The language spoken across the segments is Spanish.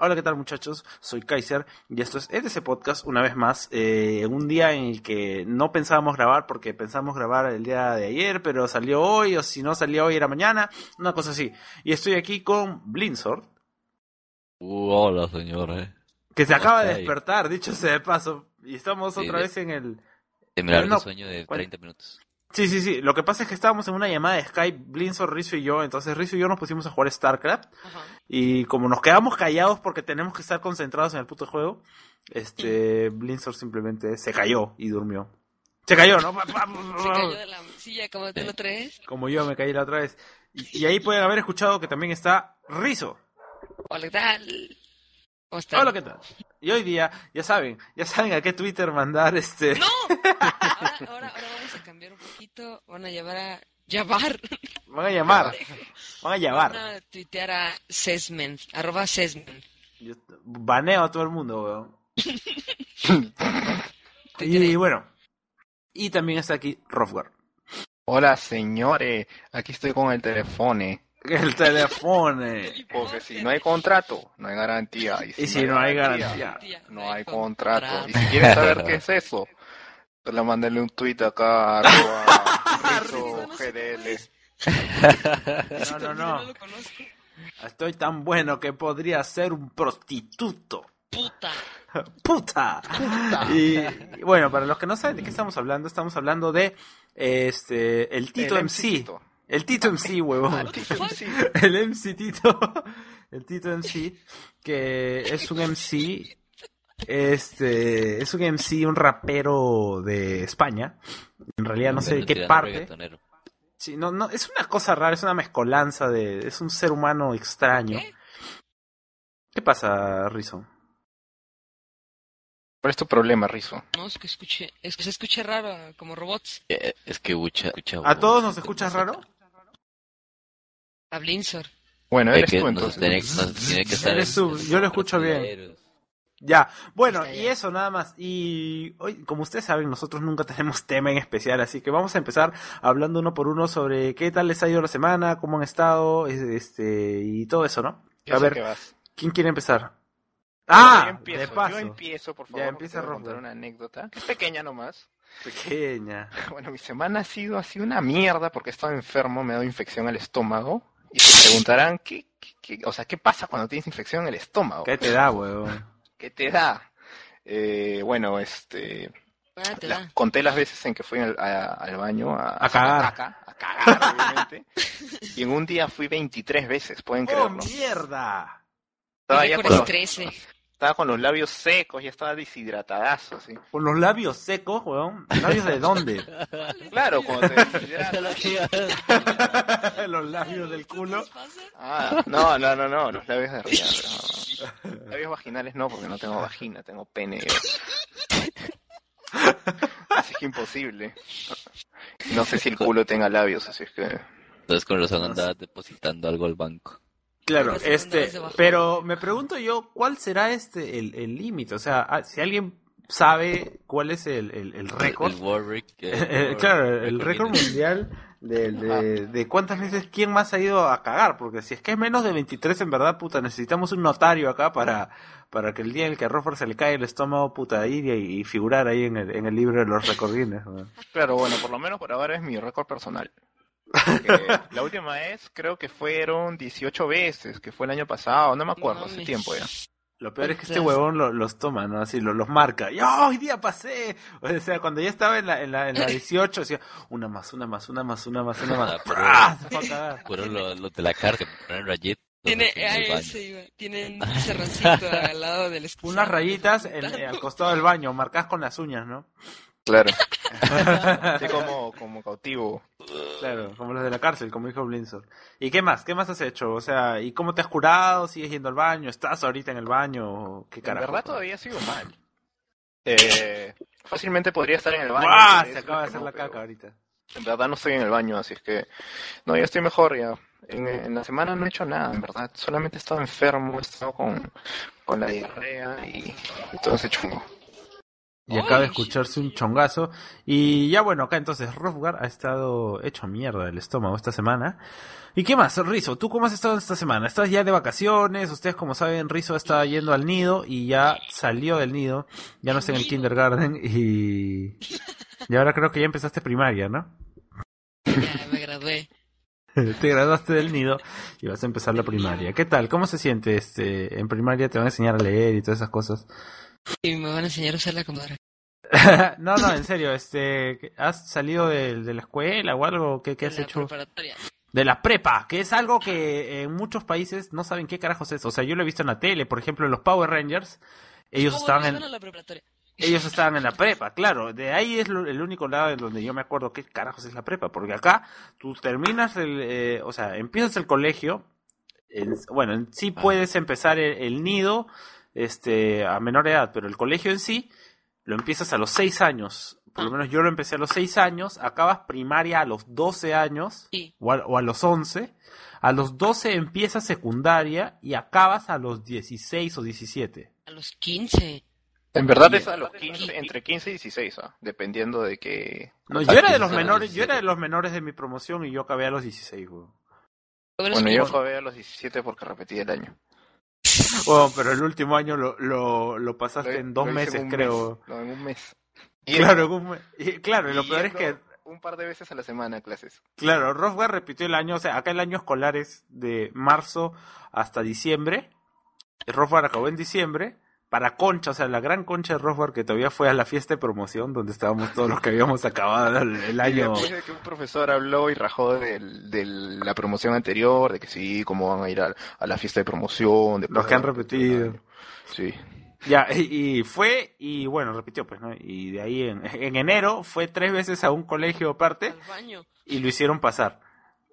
Hola, ¿qué tal muchachos? Soy Kaiser y esto es ETC Podcast una vez más. eh, un día en el que no pensábamos grabar porque pensábamos grabar el día de ayer, pero salió hoy o si no salió hoy era mañana, una cosa así. Y estoy aquí con Blinzord, Uh, hola, eh. señores. que se ¿Cómo acaba de estáis? despertar, dicho sea de paso, y estamos Sí, otra de- vez en el... Te Pero largo no, Eh, sueño de ¿cuál? 30 minutos. Sí, sí, sí. Lo que pasa es que estábamos en una llamada de Skype, Blinzor, Rizzo y yo. Entonces Rizzo y yo nos pusimos a jugar StarCraft. Y como nos quedamos callados porque tenemos que estar concentrados en el puto juego, este Blinzor simplemente se cayó y durmió. Se cayó, ¿no? Se cayó de la silla como tú lo traes. Como yo me caí la otra vez. Y, y ahí pueden haber escuchado que también está Rizzo. Hola, ¿qué tal? ¿Cómo estás? Hola, ¿qué tal? Y hoy día, ya saben, ya saben a qué Twitter mandar este... ¡No! Ahora, ahora, ahora vamos a cambiar un poquito. Van a llevar a... Llevar. Van a llamar. Van a Van llamar. a tuitear a Sesmen. Arroba Sesmen. Yo baneo a todo el mundo, weón. Tuitear Y ahí. bueno. Y también está aquí Rofgar. Hola señores, aquí estoy con el teléfono, El teléfono. eh. porque si no hay contrato, no hay garantía, y Y si no hay garantía. Tía, no hay con- contrato. Y si quieres saber qué es eso, le mandarle un tweet acá a Rizzo, no sé cómo GDL. es. No, no, Yo no. lo conozco. Estoy tan bueno que podría ser un prostituto. Puta. ¡Puta! Y, y bueno, para los que no saben de qué estamos hablando, estamos hablando de este el Tito Ah, El MC. Tito. El Tito MC, huevón. Al Tito fuck? MC. El MC Tito. El Tito MC, que es un MC. Este es un MC, un rapero de España. En realidad no sé de qué Tirando parte. reggaetonero. Sí, no, no, es una cosa rara, es una mezcolanza de. Es un ser humano extraño. ¿Qué? ¿Qué pasa, Rizzo? ¿Cuál es tu problema, Rizo? No, es que escuché, es que se escucha raro, como robots. Eh, Es que escucha, escucha ¿A voz, todos nos escucha escuchas música. raro? A Blinzor. Bueno, Hay eres que, tú nos, entonces. tiene, nos tiene que estar. Eres tú, yo lo escucho bien. Ya, bueno, y eso nada más. Y hoy, como ustedes saben, nosotros nunca tenemos tema en especial, así que vamos a empezar hablando uno por uno sobre qué tal les ha ido la semana, cómo han estado, es- este, y todo eso, ¿no? Yo A sé que ver, vas. ¿quién quiere empezar? yo ¡Ah! empiezo, De yo paso. empiezo, por Ya favor, porque empieza te voy a Roswell. contar una anécdota, que es pequeña nomás. Pequeña. Bueno, mi semana ha sido así una mierda porque he estado enfermo, me ha dado infección al estómago. Y se preguntarán, ¿qué, qué- qué- o sea, ¿qué pasa cuando tienes infección en el estómago? ¿Qué te da, huevón? ¿Qué te da? Eh, bueno, este, Ah, te la- da. conté las veces en que fui al, a- al baño a, A cagar. caca, a cagar, obviamente. Y en un día fui 23 veces, pueden ¡Oh, creerlo. mierda! Estaba Yo ya por con los, 13. estaba con los labios secos, ya estaba deshidratadazo, así. Con los labios secos, weón. ¿Labios de dónde? Claro, cuando te deshidratas. los labios del culo. Ah, no, no, no, no, los labios de arriba. no, no. Labios vaginales no, porque no tengo vagina, tengo pene. Así que imposible. No sé si el culo tenga labios, así es que... Entonces, con razón andabas depositando algo al banco. Claro, Los labios este, de abajo. pero me pregunto yo, ¿cuál será este el el límite? o sea, ah, si alguien sabe cuál es el, el, el récord. El Warwick. el Eh, Warwick, claro, el récord Guinness. mundial de, de, de cuántas veces quién más ha ido a cagar, porque si es que es menos de 23 en verdad, puta, necesitamos un notario acá para, para que el día en el que a Rofer se le cae el estómago, puta, ir y, y figurar ahí en el, en el libro de los recordines. weón. Claro, bueno, por lo menos por ahora es mi récord personal. Porque la última vez creo que fueron 18 veces, que fue el año pasado, no me acuerdo, No hace mames. tiempo ya. Lo peor es que este Entonces- huevón lo- los toma, ¿no? Así lo- los marca. ¡Y ¡oh, hoy día pasé! O sea, cuando ya estaba en la, en la, en la 18, decía, una más, una más, una más, una más, una más. Ah, pero- ¡Pra! Se fue a cagar. Fueron los, los de la cárcel, ponen rayitos. Tiene, así en el ah, baño. ese iba. Tiene un cerroncito al lado del escudo. Unas rayitas en- en- al costado del baño, marcadas con las uñas, ¿no? Claro. Así como, como cautivo. Claro, como los de la cárcel, como dijo Blinzor. ¿Y qué más? ¿Qué más has hecho? O sea, ¿y cómo te has curado? ¿Sigues yendo al baño? ¿Estás ahorita en el baño? ¿Qué En carajo? verdad todavía sigo mal. eh, fácilmente podría estar en el baño. ¡Guau! podría Ah, Se ser acaba de que hacer no, la pero caca ahorita. En verdad no estoy en el baño, así es que... No, ya estoy mejor ya. En, en la semana no he hecho nada, en verdad. Solamente he estado enfermo, he estado con, con la diarrea y, y todo ese chungo. Y acaba de ¡Ay! escucharse un chongazo. Y ya bueno, acá entonces Rofgar ha estado hecho mierda del estómago esta semana. ¿Y qué más, Rizo? ¿Tú cómo has estado esta semana? ¿Estás ya de vacaciones? Ustedes como saben, Rizo está yendo al nido y ya salió del nido. Ya no está en el kindergarten y... Y ahora creo que ya empezaste primaria, ¿no? Ya me gradué. Te graduaste del nido y vas a empezar la primaria. ¿Qué tal? ¿Cómo se siente? Este, en primaria te van a enseñar a leer y todas esas cosas. Y me van a enseñar a usar la computadora. no, no, en serio, este, ¿has salido de, de la escuela o algo? ¿Qué, qué has la hecho? preparatoria. De la prepa, que es algo que en muchos países no saben qué carajos es. O sea, yo lo he visto en la tele, por ejemplo, en los Power Rangers, ellos ¿Cómo estaban no en, suena la preparatoria? ellos estaban en la prepa, claro. De ahí es lo- el único lado en donde yo me acuerdo qué carajos es la prepa, porque acá tú terminas el, eh, o sea, empiezas el colegio, en- bueno, en sí Ah. puedes empezar el, el nido, este, a menor edad, pero el colegio en sí lo empiezas a los seis años. Por lo menos yo lo empecé a los seis años, acabas primaria a los 12 años Sí. o a, o a los 11. A los 12 empiezas secundaria y acabas a los 16 o 17. A los 15. En verdad Y- es a los 15, entre 15 y 16, ¿ah? dependiendo de qué... No, o yo sea, era de los quince, menores, yo era de diecisiete. los menores de mi promoción y yo acabé a los 16, weón. Yo a los Bueno, yo 15. acabé a los 17 porque repetí el año. Bueno, pero el último año lo, lo, lo pasaste Lo- en dos lo hice en meses, un creo. mes, lo en un mes. Claro, en un mes. Y claro, y lo peor es que, Yendo Un par de veces a la semana a clases. claro, Rosgar repitió el año, o sea, acá el año escolar es de marzo hasta diciembre. Rosgar acabó en diciembre. Para Concha, o sea, la gran concha de Rosgar que todavía fue a la fiesta de promoción donde estábamos todos los que habíamos acabado el, el Y año. después de que un profesor habló y rajó del- de la promoción anterior, de que sí, cómo van a ir a, a la fiesta de promoción. después Los que han de- repetido. Sí. Ya, y, y fue, y bueno, repitió, pues, ¿no? Y de ahí en, en enero fue tres veces a un colegio aparte Al baño. y lo hicieron pasar.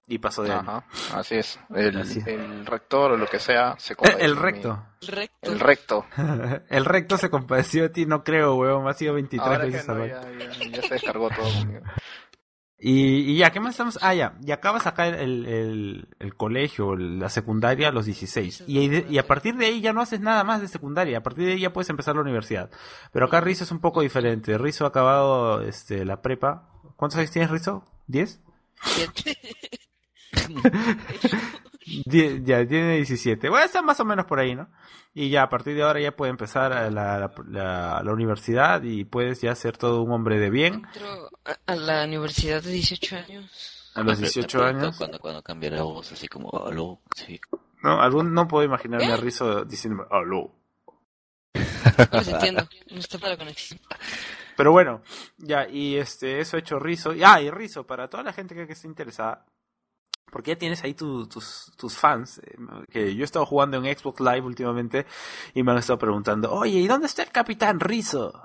Y pasó de año. Ajá, así es. El, Así es. el rector o lo que sea se Eh, compadeció El de mí. recto. Recto. El recto. El recto se compadeció de ti, no creo, weón. Ha sido 23 Ahora que veces no, al baño. ya, ya- ya se descargó todo conmigo. Y, y ya, ¿qué más estamos? Ah, ya, y acabas acá el, el, el colegio, el- la secundaria a los 16. Y, ahí de- y a partir de ahí ya no haces nada más de secundaria, a partir de ahí ya puedes empezar la universidad. Pero acá Rizo es un poco diferente. Rizo ha acabado este, la prepa. ¿Cuántos años tienes, Rizo? ¿10? Die- ya tiene 17. Bueno, está más o menos por ahí, ¿no? Y ya a partir de ahora ya puede empezar a la, la- la- la universidad y puedes ya ser todo un hombre de bien Entro a, a la universidad de 18 años. a los Me pre- me 18 pregunto años. Cuando, cuando cambié la voz, así como, aló, sí. No, algún, no puedo imaginarme a Rizo diciendo, aló. No los entiendo. No está para la conexión. Pero bueno, ya, y este, eso ha hecho Rizo. Y- Ah, y Rizo, para toda la gente que, que esté interesada, porque ya tienes ahí tu- tus, tus fans, eh, que yo he estado jugando en Xbox Live últimamente y me han estado preguntando, oye, ¿y dónde está el capitán Rizo?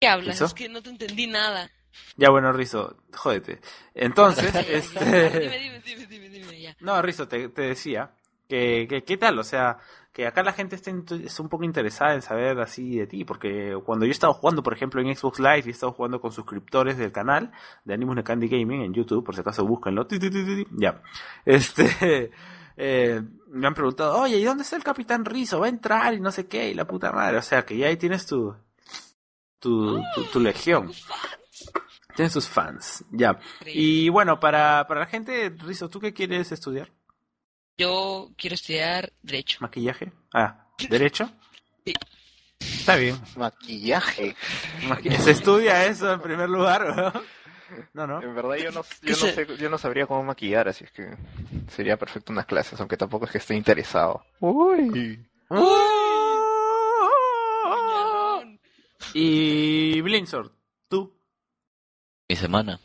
¿Qué hablas? ¿Eso? Es que no te entendí nada. Ya bueno, Rizo, jódete. Entonces, Dime, este... dime, dime, dime, dime, ya. No, Rizo, te, te decía que, que qué tal, o sea, que acá la gente está, intu- está un poco interesada en saber así de ti, porque cuando yo he estado jugando, por ejemplo, en Xbox Live y he estado jugando con suscriptores del canal de Animus Candy Gaming en YouTube, por si acaso búsquenlo, ti, ti, ti, ti, ti, ya, este... eh, me han preguntado, oye, ¿y dónde está el Capitán Rizo? Va a entrar y no sé qué, y la puta madre. O sea, que ya ahí tienes tu, tu, tu, tu legión. Tienes tus fans, ya. Y bueno, para, para la gente, Rizo, ¿tú qué quieres estudiar? Yo quiero estudiar Derecho. ¿Maquillaje? Ah, ¿derecho? Sí. Está bien. Maquillaje. Maqui- Se estudia eso en primer lugar, ¿no? No, no. En verdad yo no, yo, no sé- yo no sabría cómo maquillar, así es que sería perfecto unas clases, aunque tampoco es que esté interesado. Uy. ¡Ah! Cañón. Y Blinzor, tú, Mi semana.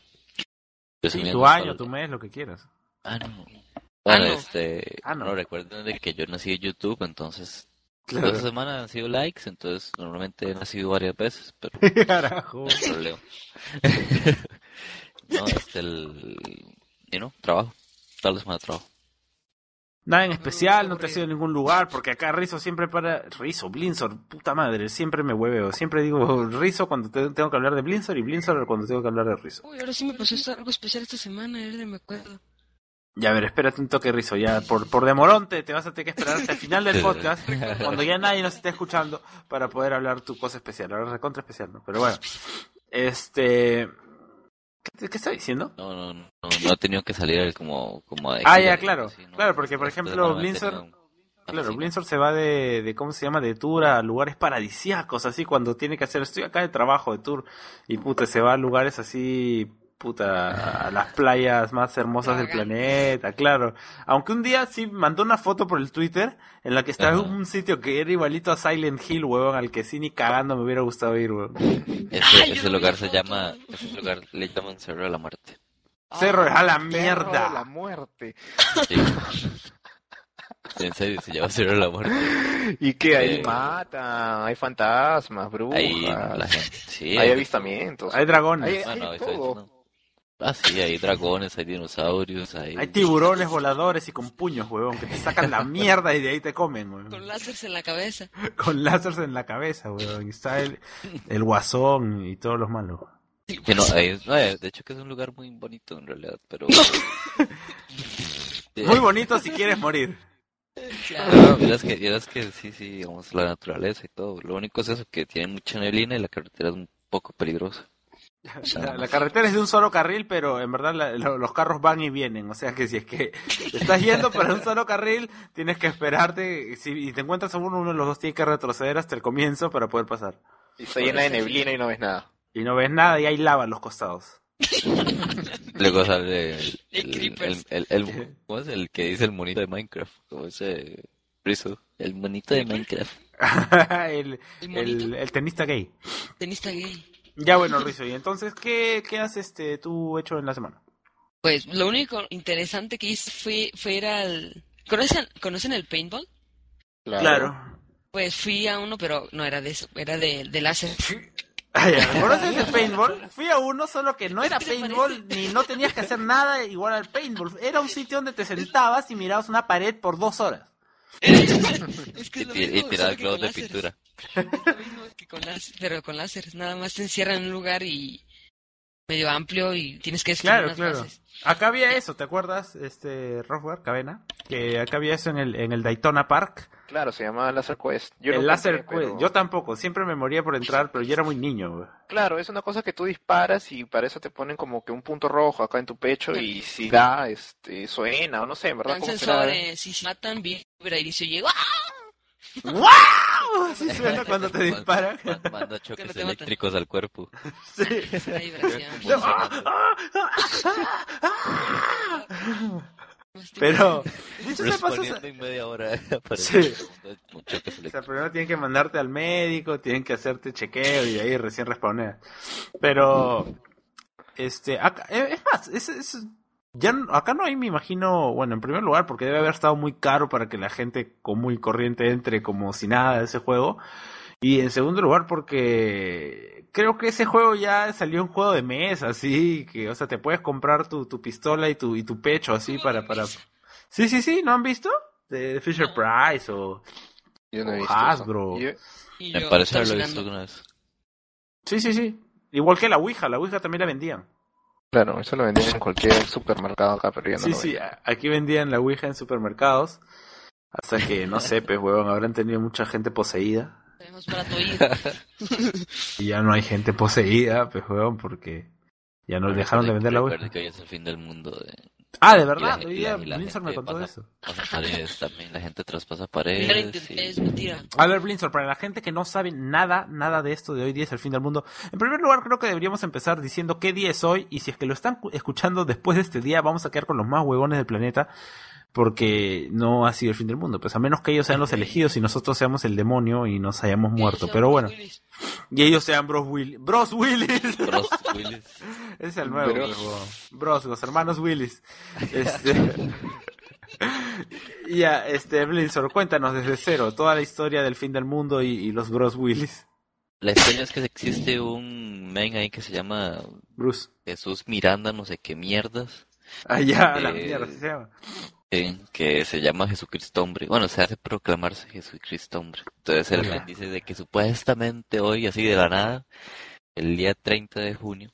Yo Sí, soy tu bien año, nostálgico. tu mes, lo que quieras. Ah, no. Ah, Bueno, no. este, Ah, no. no, recuerden de que yo nací en YouTube, entonces, Claro. toda esta semana han sido likes, entonces normalmente he nacido varias veces, pero Carajo. no hay problema. no, este, el, you know, trabajo, todas las semanas trabajo. Nada en especial, Mm, no te has aburrido. ido a ningún lugar, porque acá Rizo siempre para. Rizo, Blinzor, puta madre, siempre me hueveo. Siempre digo Rizo cuando te- tengo que hablar de Blinzor y Blinzor cuando tengo que hablar de Rizo. Uy, ahora sí me pasó esto- algo especial esta semana, ahora me acuerdo. Ya, a ver, espérate un toque, Rizo. Ya, por, por demoronte, te vas a tener que esperar hasta el final del podcast, cuando ya nadie nos esté escuchando, para poder hablar tu cosa especial. Ahora recontra especial, ¿no? Pero bueno. Este. ¿Qué, te- qué está diciendo? No, no, no, no ha tenido que salir como, como a- Ah, ya, claro. Sí, no, Claro, porque, por esta ejemplo, semana me he Blinzor- tenido una Claro, oficina. Blinzor se va de, de, ¿cómo se llama? De tour a lugares paradisíacos, así, cuando tiene que hacer, estoy acá de trabajo, de tour, y puta, se va a lugares así, puta, a las playas más hermosas del planeta, claro. Aunque un día sí mandó una foto por el Twitter en la que está Ajá. un sitio que era igualito a Silent Hill, huevón, al que sí ni cagando me hubiera gustado ir, huevón. Ese, Ay, yo ese no vi lugar la se foto. llama, ese lugar le llaman Cerro de la Muerte. Cerro a la Ah, Perro de la mierda. muerte. Sí. en serio, se llama Cerro de la Muerte. ¿Y qué? Ahí Eh, mata, hay fantasmas, brujas, Ahí la gente, sí. hay ahí- avistamientos. Hay dragones, Hay- Ah, no, hay eso- eso todo. no. Ah, sí, hay dragones, hay dinosaurios, hay... hay tiburones voladores y con puños, huevón, que te sacan la mierda y de ahí te comen, huevón. Con láseres en la cabeza. con láseres en la cabeza, weón. Y Está el, el guasón y todos los malos. que no, hay- no, eh, de hecho que es un lugar muy bonito en realidad, pero... Eh, Muy bonito si quieres morir. Claro. No, vieras que, vieras que sí, sí, digamos, la naturaleza y todo. Lo único es eso, que tiene mucha neblina y la carretera es un poco peligrosa. Ah, La, la carretera es de un solo carril, pero en verdad la- lo- los carros van y vienen. O sea que si es que estás yendo para un solo carril, tienes que esperarte. Si y te encuentras a uno, uno de los dos tiene que retroceder hasta el comienzo para poder pasar. Y se llena de neblina y no ves nada. Y no ves nada y hay lava en los costados. Luego sale el, Y el, creepers. el- el- el- ¿cómo es el que dice el monito de Minecraft? ¿Cómo ese Rizzo? El monito de Minecraft. el, El monito el, el tenista gay. tenista gay. Ya bueno, Rizo. Y entonces, ¿qué, qué has este, tú hecho en la semana? Pues lo único interesante que hice fue, fue ir al... ¿Conocen, ¿Conocen el paintball? Pues fui a uno, pero no era de eso, era de, de láser. Ay, ¿Conoces el paintball? Fui a uno, solo que no era paintball ni no tenías que hacer nada igual al paintball. Era un sitio donde te sentabas y mirabas una pared por dos horas. Es que Y, es lo ti- y mismo, tirar solo que globos con de láseres. pintura. Es lo mismo que con láser, pero con láseres. Nada más te encierran en un lugar y medio amplio y tienes que esquivar unas bases. Acá había eso, ¿te acuerdas, este, Rothgar, Cabena? Que acá había eso en el, en el Daytona Park. Claro, se llamaba Laser Quest. Yo el nunca láser, entré, pero- pues, yo tampoco, siempre me moría por entrar, pero yo era muy niño. güey. Claro, es una cosa que tú disparas y para eso te ponen como que un punto rojo acá en tu pecho y si da, este, suena o no sé, en verdad Dan cómo será. sensores, si se matan, vibra y dice, llegó. ¡Ah! ¡Wow! Así suena cuando te disparan. Ma- Manda choques Cuando te matan. eléctricos al cuerpo. Sí. La vibración. Pero, dicho sea paso, Respondiendo en media hora aparece Sí. un choques O sea, eléctricos. primero tienen que mandarte al médico, tienen que hacerte chequeo y de ahí recién respawneas. Pero, este, acá- eh, es más, es, es- ya no- acá no hay, me imagino, bueno, en primer lugar, porque debe haber estado muy caro para que la gente común y corriente entre como si nada a ese juego. Y en segundo lugar, porque creo que ese juego ya salió un juego de mesa, así que, o sea, te puedes comprar tu, tu pistola y tu, y tu pecho, así, Juego para, de para... mesa. Sí, sí, sí, ¿no han visto? De Fisher Price o... Yo no he O visto eso. Hasbro. Yo- Y Me yo parece haberlo visto alucinando. alguna vez. Sí, sí, sí. Igual que la Ouija, la Ouija también la vendían. Claro, eso lo vendían en cualquier supermercado acá, pero yo no Sí, lo sí, veo. a- aquí vendían la Ouija en supermercados. Hasta que, no sé, pues, huevón, habrán tenido mucha gente poseída. Tenemos para tu oído. Y ya no hay gente poseída, pues, huevón, porque ya no dejaron de vender la Ouija. Recuerda que hoy es el fin del mundo de... Ah, de y la verdad, gen- hoy y la- día y la Blinzor me gente contó pasa- eso. Pasa paredes también, la gente traspasa Yo lo paredes. intenté, y- es mentira. A ver, Blinzor, para la gente que no sabe nada, nada de esto de hoy día es el fin del mundo. En primer lugar, creo que deberíamos empezar diciendo qué día es hoy y si es que lo están cu- escuchando después de este día, vamos a quedar con los más huevones del planeta porque no ha sido el fin del mundo. Pues a menos que ellos sean los elegidos y nosotros seamos el demonio y nos hayamos muerto. Pero bueno, y ellos sean Bros Willis. Bros Willis. Bros Willis. Ese Es el nuevo. Bros. pues, huevón. Bros, los hermanos Willis. Este... ya, este, Blinzor, cuéntanos desde cero toda la historia del fin del mundo y, y los Bros Willis. La historia es que existe un men ahí que se llama Bruce. Jesús Miranda, no sé qué mierdas. Allá, Eh, la mierda, así se llama. eh, que se llama Jesucristo hombre. Bueno, se hace proclamarse Jesucristo hombre. Entonces él Ya. dice de que supuestamente hoy, así de la nada, el día 30 de junio,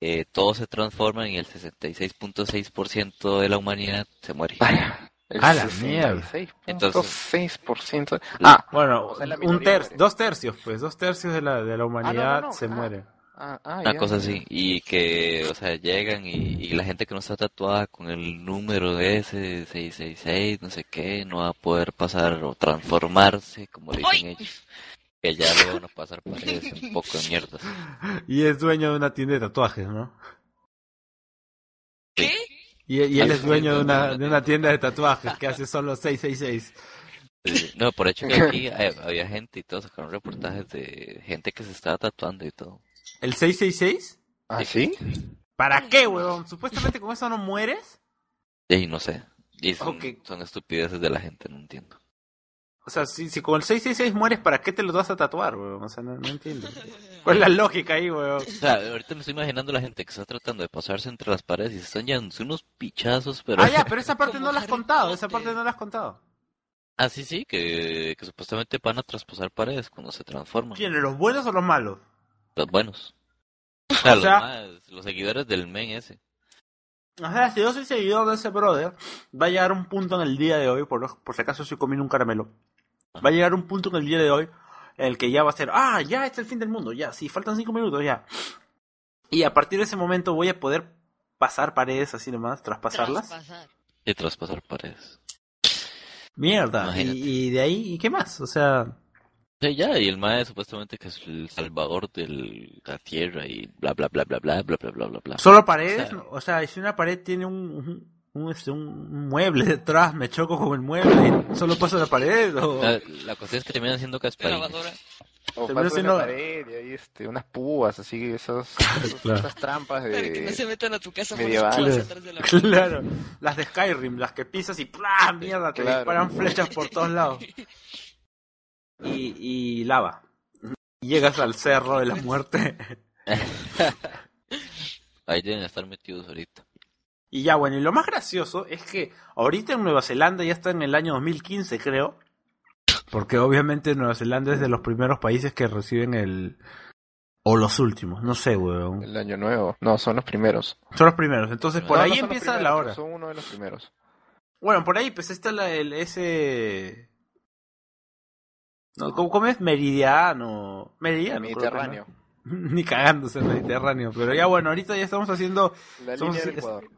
eh, todos se transforman y el 66.6% de la humanidad se muere. Ah, El A la 66.6%. Ah, Bueno, O sea, la un minoría tercio, muere. dos tercios, pues, dos tercios de la, de la humanidad no, se ah. muere. ah, ah, Una ya, cosa ya. así, y que, o sea, llegan y, y la gente que no está tatuada con el número de ese 666, no sé qué, no va a poder pasar o transformarse, como le dicen ¡Ay! ellos. Que ya le van a pasar paredes un poco de mierdas. Y es dueño de una tienda de tatuajes, ¿no? ¿Qué? Y, y él Ah, es sí, dueño de dueño de una, una de una tienda de tatuajes que hace solo 666. Eh, No, por hecho que aquí hay- había gente y todo, sacaron reportajes de gente que se estaba tatuando y todo. ¿El 666? ¿Ah, sí? ¿Para qué, huevón? Supuestamente con eso no mueres. Y no sé, y son, Ok. son estupideces de la gente, no entiendo. O sea, si, si con el 666 mueres, ¿para qué te lo vas a tatuar, huevón? O sea, no, no entiendo. ¿Cuál es la lógica ahí, huevón? O sea, ahorita me estoy imaginando la gente que está tratando de pasarse entre las paredes y se están llevándose unos pichazos, pero... Ah, ya, pero esa parte Como no la has Harry contado, esa Potter. parte no la has contado. Ah, sí, sí, que, que supuestamente van a traspasar paredes cuando se transforman. ¿Quiénes, los buenos o los malos? Los buenos. O sea, los, sea- más- los seguidores del men ese. O sea, si yo soy seguidor de ese brother, va a llegar un punto en el día de hoy, por, por si acaso estoy comiendo un caramelo, va a llegar un punto en el día de hoy en el que ya va a ser, ah, ya es el fin del mundo, ya, sí, faltan cinco minutos, ya. Y a partir de ese momento voy a poder pasar paredes así nomás, traspasarlas. Traspasar. Y traspasar paredes. Mierda. Imagínate. Y, y de ahí, ¿y qué más? O sea, Sí, ya, y el mae supuestamente que es el salvador de la tierra y bla, bla, bla, bla, bla, bla, bla, bla, bla, bla. solo paredes, O sea- ¿no? o sea, si una pared tiene un, un, un, este, un mueble detrás, me choco con el mueble y solo paso la pared. O... La, la cuestión es que terminan siendo De casparines. lavadora. O Terminó patas en siendo- la pared y ahí este, unas púas, así, esos, esos- Claro. esas trampas de... Para que este, no se metan a tu casa por medieval. las Claro. atrás de la Claro, las de Skyrim, las que pisas y ¡plá! Mierda, te Claro. disparan flechas por todos lados. Y, y lava. Y Llegas al cerro de la muerte. Ahí deben estar metidos ahorita. Y ya, bueno, y lo más gracioso es que ahorita en Nueva Zelanda ya está en el año 2015, creo. Porque obviamente Nueva Zelanda es de los primeros países que reciben el. O los últimos, no sé, weón. El año nuevo. No, son los primeros. Son los primeros, entonces por No, ahí no son los empieza la primeros, hora. Son uno de los primeros. Bueno, por ahí, pues está la, el, ese. No, ¿cómo, cómo es? Meridiano. Meridiano. creo que, ¿no? Mediterráneo. Ni cagándose el Mediterráneo. Pero ya bueno, ahorita ya estamos haciendo. La Somos- línea del Ecuador.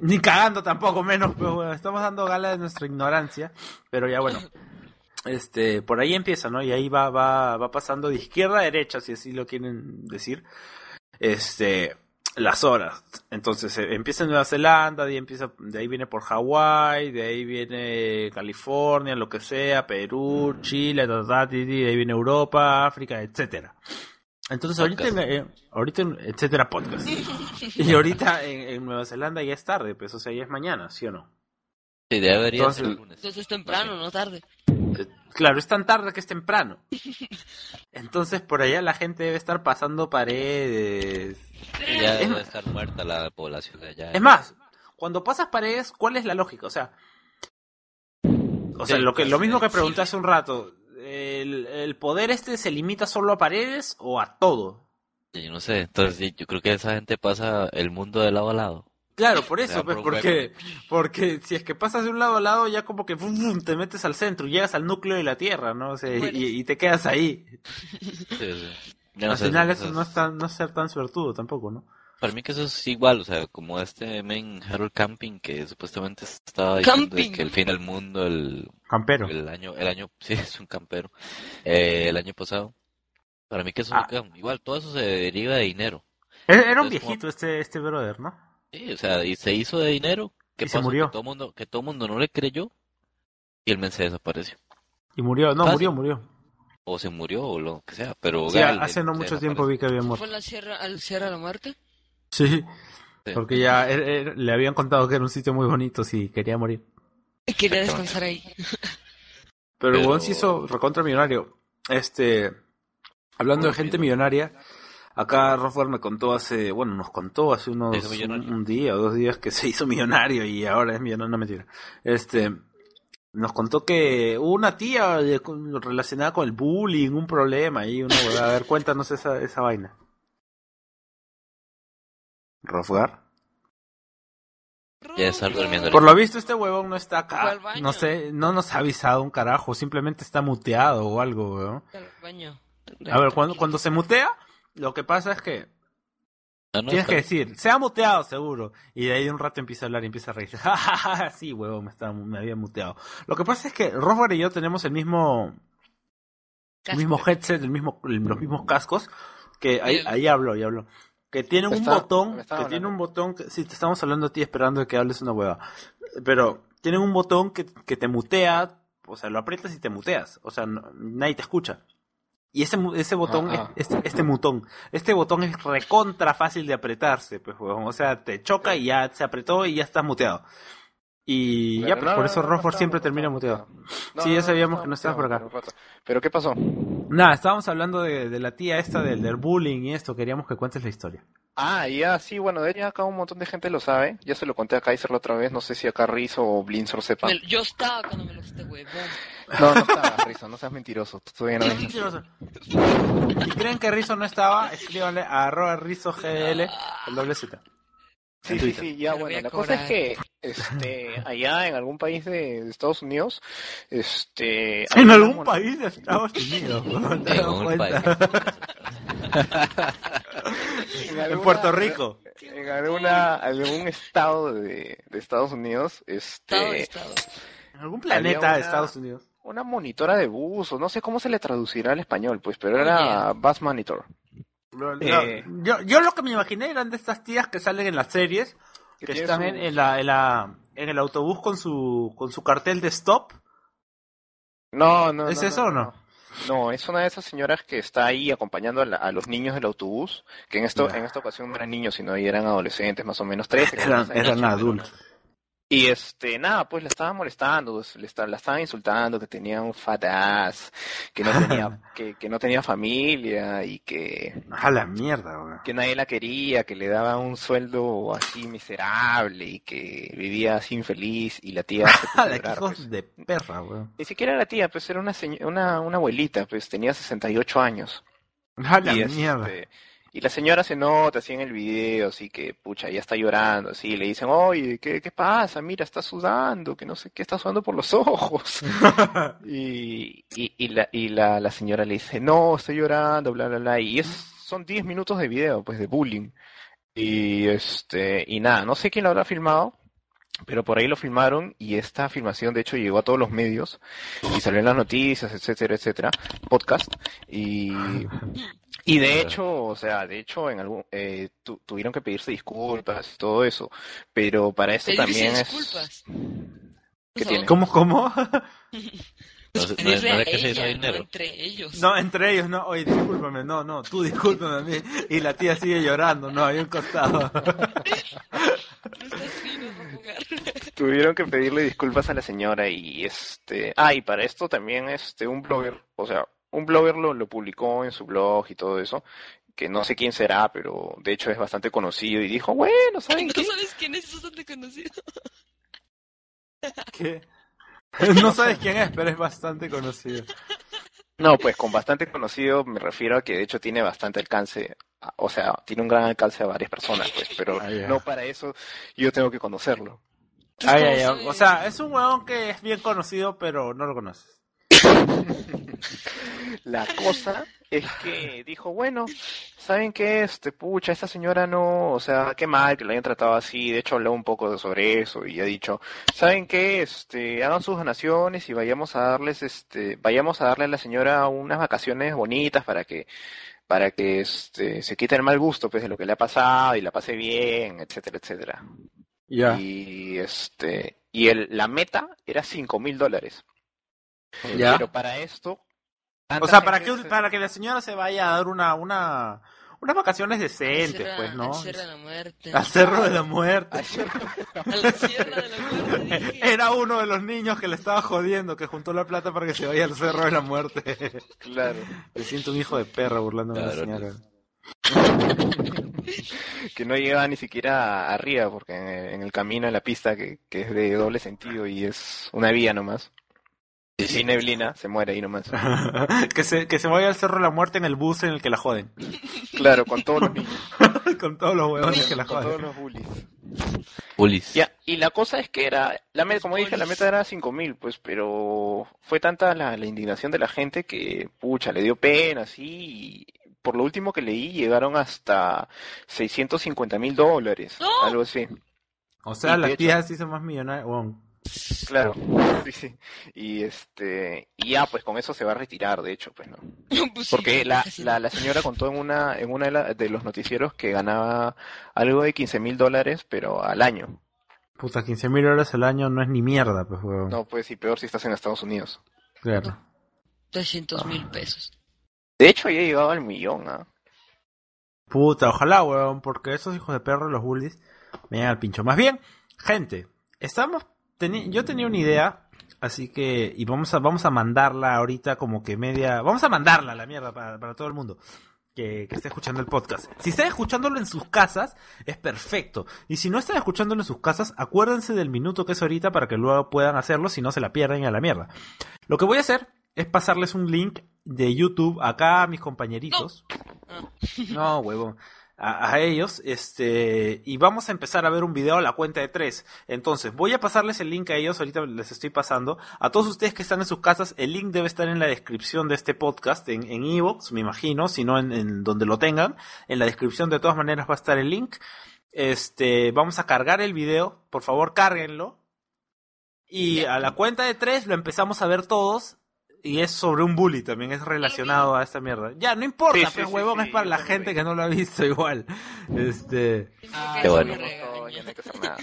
Ni cagando tampoco, menos. Pero bueno, estamos dando gala de nuestra ignorancia. Pero ya bueno. Este, por ahí empieza, ¿no? Y ahí va, va, va pasando de izquierda a derecha, si así lo quieren decir. Este. Las horas. Entonces eh, empieza en Nueva Zelanda, de ahí, empieza, de ahí viene por Hawái, de ahí viene California, lo que sea, Perú, Chile, ta, ta, ta, ti, ti, de ahí viene Europa, África, etcétera. Entonces ahorita, en, eh, ahorita en- etcétera podcast. Y ahorita en, en Nueva Zelanda ya es tarde, pues o sea ya es mañana, ¿sí o no? Sí, debería Entonces- ser el lunes. Entonces es temprano, no tarde. Claro, es tan tarde que es temprano. Entonces por allá la gente debe estar pasando paredes. Y ya Es- debe estar muerta la población de allá. Es más, cuando pasas paredes, ¿cuál es la lógica? O sea, o sea, Sí, lo que lo pues, mismo que sí. pregunté hace un rato, ¿el, el poder este se limita solo a paredes o a todo? Yo no sé, entonces sí, yo creo que esa gente pasa el mundo de lado a lado. Claro, por eso, sea, pues, Ah, por un porque porque si es que pasas de un lado a lado ya como que fum, fum, te metes al centro, y llegas al núcleo de la Tierra, ¿no? O sea, y, Mueres. y te quedas ahí. Sí, sí. Ya no al sé, final son eso cosas- no es tan, no es ser tan suertudo tampoco, ¿no? Para mí que eso es igual, o sea, como este men Harold Camping que supuestamente estaba diciendo de Camping. que el fin del mundo el, Campero. el año el año sí es un campero eh, el año pasado. Para mí que eso es Ah. cam- igual, todo eso se deriva de dinero. Era era un Entonces, como- viejito este, este brother, ¿no? Sí, o sea, y se hizo de dinero, que Y se murió. que todo mundo que todo mundo no le creyó y el men se desapareció Y murió, no, Fácil. murió, murió. o se murió o lo que sea, pero Sí, gal, hace el- no se mucho tiempo vi que había muerto. ¿Fue la sierra, al Sierra de la Muerte? Sí, Sí. porque ya er- er- le habían contado que era un sitio muy bonito, sí, quería morir. Quería descansar ahí. Pero, el Pero- weón se hizo recontra millonario. Este, hablando de gente millonaria, Acá Roswell me contó hace, bueno, nos contó hace unos Se hizo millonario. un, un día o dos días que se hizo millonario y ahora es millonario, no mentira. Este nos contó que hubo una tía de- con- relacionada con el bullying, un problema y uno, a ver, cuéntanos esa, esa vaina. Rosgar. Ya estar durmiendo. Por lo visto este huevón no está acá. Fue al baño. No sé, no nos ha avisado un carajo, simplemente está muteado o algo, weón. Al baño. A ver, cuando, cuando se mutea, lo que pasa es que No, no, tienes que está- decir, se ha muteado seguro. Y de ahí de un rato empieza a hablar y empieza a reírse. "Ja, ja, ja, sí, huevón, me, estaba- me había muteado. Lo que pasa es que Roswell y yo tenemos el mismo, el Casper. mismo headset, el mismo, el- los mismos cascos, que ahí, Bien. ahí hablo, ahí hablo. Que tiene Me un estaba- botón, me que estaba tiene hablando. un botón, que, sí, te estamos hablando a ti esperando de que hables una hueva. Pero tienen un botón que, que te mutea, o sea, lo aprietas y te muteas, o sea, no- nadie te escucha. Y ese, mu- ese botón, Ajá. es- este, este mutón, este botón es recontra fácil de apretarse, pues, huevón. O sea, te choca y ya se apretó y ya estás muteado. Y ya, Claro, pues, no, por no, eso no, no Rosford estaba siempre termina muteado. muteado. No, Sí, ya sabíamos que no estabas por acá. muteado, pero- Pero ¿qué pasó? Nada, estábamos hablando de, de la tía esta, del, del bullying y esto, queríamos que cuentes la historia. Ah, ya, sí, bueno, de ella acá un montón de gente lo sabe. Ya se lo conté a Kaiser la otra vez, no sé si acá Rizo o Blinzor sepan. Me- yo estaba cuando me lo este huevón. No, no estaba Rizo, no seas mentiroso. tú todavía no viniste. Si creen que Rizzo no estaba, escríbanle a arroba Rizzo GL, Ah, el doble Z. Sí, sí, sí, ya, Me lo voy bueno, a la cosa cobrar. es que este, allá en algún país de Estados Unidos, este... hay En una algún mona- país de Estados Unidos. weón, ¿te en das un cuenta? En, En alguna- Puerto Rico. En alguna, algún estado de, de Estados Unidos, Estado, este... estado. En algún Había planeta de una- Estados Unidos. Una monitora de buzo, no sé cómo se le traducirá al español, pues, Oh, pero era bus monitor. No, Eh. yo, yo lo que me imaginé eran de estas tías que salen en las series, que tiene están su- en, en la, en, la- en el autobús con su, con su cartel de stop. No, no, ¿Es no, eso o no? No, es una de esas señoras que está ahí acompañando a, la- a los niños del autobús, que en esto, Ya. en esta ocasión no eran niños, sino ahí eran adolescentes, más o menos 13. Eran, 14 años. eran adultos. Y este, nada, pues la estaban molestando, pues, le esta- la estaban insultando, que tenía un fat ass, que no tenía, que, que no tenía familia y que, A la mierda, weón. que nadie la quería, que le daba un sueldo así miserable y que vivía así infeliz y la tía se puso a A la que llorar, pues. hijos Ah, de perra, weón. Ni siquiera era tía, pues era una, señ- una, una abuelita, pues tenía 68 años. A la y, este, mierda. y la señora se nota así en el video, así que, pucha, ya está llorando, así, y le dicen, oye, ¿qué, qué pasa? Mira, está sudando, que no sé qué, está sudando por los ojos. y y, y la, y la, la señora le dice, no, estoy llorando, bla, bla, bla. Y es, son 10 minutos de video, pues, de bullying. Y, este, y nada, no sé quién lo habrá filmado, pero por ahí lo filmaron y esta filmación, de hecho, llegó a todos los medios y salió en las noticias, etcétera, etcétera, podcast. Y, y de hecho, o sea, de hecho, en algún, eh, tu- tuvieron que pedirse disculpas y todo eso, pero para esto Pedirse también es... disculpas. ¿Qué Por tiene? ¿Cómo, cómo? No sé- no- no Pedirle era a que se hizo ella, no dinero. entre ellos. No, entre ellos, no. Oye, discúlpame, no, no, tú discúlpame a mí. Y la tía sigue llorando, no, hay un costado. No estás fino, Rojugar. Tuvieron que pedirle disculpas a la señora y este, ah, y para esto también este un blogger, o sea, un blogger lo, lo publicó en su blog y todo eso, que no sé quién será, pero de hecho es bastante conocido y dijo, bueno, ¿saben qué? No sabes quién es, es bastante conocido. ¿Qué? No sabes quién es, pero es bastante conocido. No, pues con bastante conocido me refiero a que de hecho tiene bastante alcance, a- o sea, tiene un gran alcance a varias personas, pues, pero Ah, ya. no para eso yo tengo que conocerlo. Ay, ¿cómo ay, ay. sabes? O sea, es un huevón que es bien conocido, pero no lo conoces. La cosa es que dijo, bueno, ¿saben qué? Este, pucha, esta señora no, o sea, qué mal que la hayan tratado así. De hecho, habló un poco sobre eso y ha dicho, ¿saben qué? Este, hagan sus donaciones y vayamos a darles, este, vayamos a darle a la señora unas vacaciones bonitas para que, para que, este, se quite el mal gusto, pues, de lo que le ha pasado y la pase bien, etcétera, etcétera. Ya, Y, este, y el, la meta era cinco mil dólares. ya. Pero para esto, Ah, O sea, para que, para que la señora se vaya a dar una, una, unas vacaciones decentes, Encierra- pues, ¿no? Ah, encierra la muerte. Al cerro de la muerte. A la sierra de la muerte. dije. Era uno de los niños que le estaba jodiendo, que juntó la plata para que se vaya al cerro de la muerte. Claro. Me siento un hijo de perra burlándome de la Claro, señora. que no llega ni siquiera arriba, porque en el, en el camino, en la pista, que, que, es de doble sentido y es una vía nomás. Y sin neblina, se muere ahí nomás. que, se, que se vaya al cerro de la muerte en el bus en el que la joden. Claro, con todos los niños. con todos los huevones que la con joden. todos los bullies. Bullies. Ya, y la cosa es que era, la meta, como dije, la meta era 5.000, pues, pero fue tanta la, la indignación de la gente que, pucha, le dio pena, así, y por lo último que leí, llegaron hasta 650 mil dólares, ¡No! algo así. O sea, Y las de hecho- tías sí son más millonarias. Bueno, Claro, sí, sí. Y este, y ya, pues con eso se va a retirar, de hecho, pues, ¿no? Pues sí, Porque la, casi la, la señora contó en una, en una de, la- de los noticieros que ganaba algo de 15 mil dólares, pero al año. puta, 15 mil dólares al año no es ni mierda, pues, huevón. No, pues, y peor si estás en Estados Unidos. Claro. 300 mil pesos. De hecho, ya llegaba al millón, ¿ah? Puta, ojalá, weón, porque esos hijos de perro, los bullies, me llegan al pincho. Más bien, gente, estamos. teni- yo tenía una idea, así que. Y vamos a, vamos a mandarla ahorita como que media. Vamos a mandarla a la mierda para, para todo el mundo. Que, que esté escuchando el podcast. Si están escuchándolo en sus casas, es perfecto. Y si no están escuchándolo en sus casas, acuérdense del minuto que es ahorita para que luego puedan hacerlo, si no se la pierden y a la mierda. Lo que voy a hacer es pasarles un link de YouTube acá a mis compañeritos. No, huevón. A, a ellos, este, y vamos a empezar a ver un video a la cuenta de tres. Entonces, voy a pasarles el link a ellos, ahorita les estoy pasando. A todos ustedes que están en sus casas, el link debe estar en la descripción de este podcast, en en Evox, me imagino, si no en, en donde lo tengan. En la descripción de todas maneras va a estar el link. Este, vamos a cargar el video, por favor, cárguenlo. Y a la cuenta de tres lo empezamos a ver todos. Y es sobre un bully también, es relacionado a esta mierda. Ya, no importa, Sí, pero sí, sí, huevón, sí, es para yo la también. gente que no lo ha visto igual. Este, Ah, Qué bueno. no, no, ya no hay que hacer nada.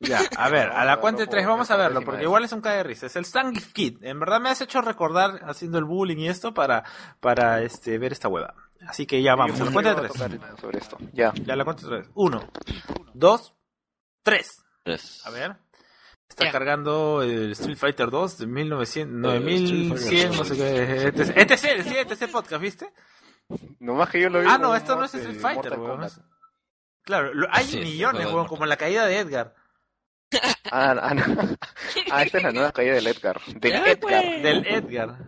ya, a ver, a la No, cuenta no de tres puedo, vamos no a puedo verlo, encima porque de igual es un cae de risa. Es el Stan Gift Kid. En verdad me has hecho recordar haciendo el bullying y esto para, para este, ver esta hueva. Así que ya vamos, a Yo la no cuenta de voy a tres. tocar nada sobre esto. Ya. Ya, a la cuenta de tres. Uno, dos, tres. Tres. A ver. Está Ya. cargando el Street Fighter 2 de 1900, Street 9100, Fighter. no sé qué. este ETC, ETC, sí, ETC Podcast, ¿viste? Nomás que yo lo vi Ah, como no, un esto no es mod de Street Fighter, Mortal weón. Kombat. Claro, lo- hay Sí, es un millones, juego de weón, Mortal como la caída de Edgar. Ah, ah, no. Ah, esta es la nueva caída del Edgar. Del Ya, Edgar. pues. Del Edgar.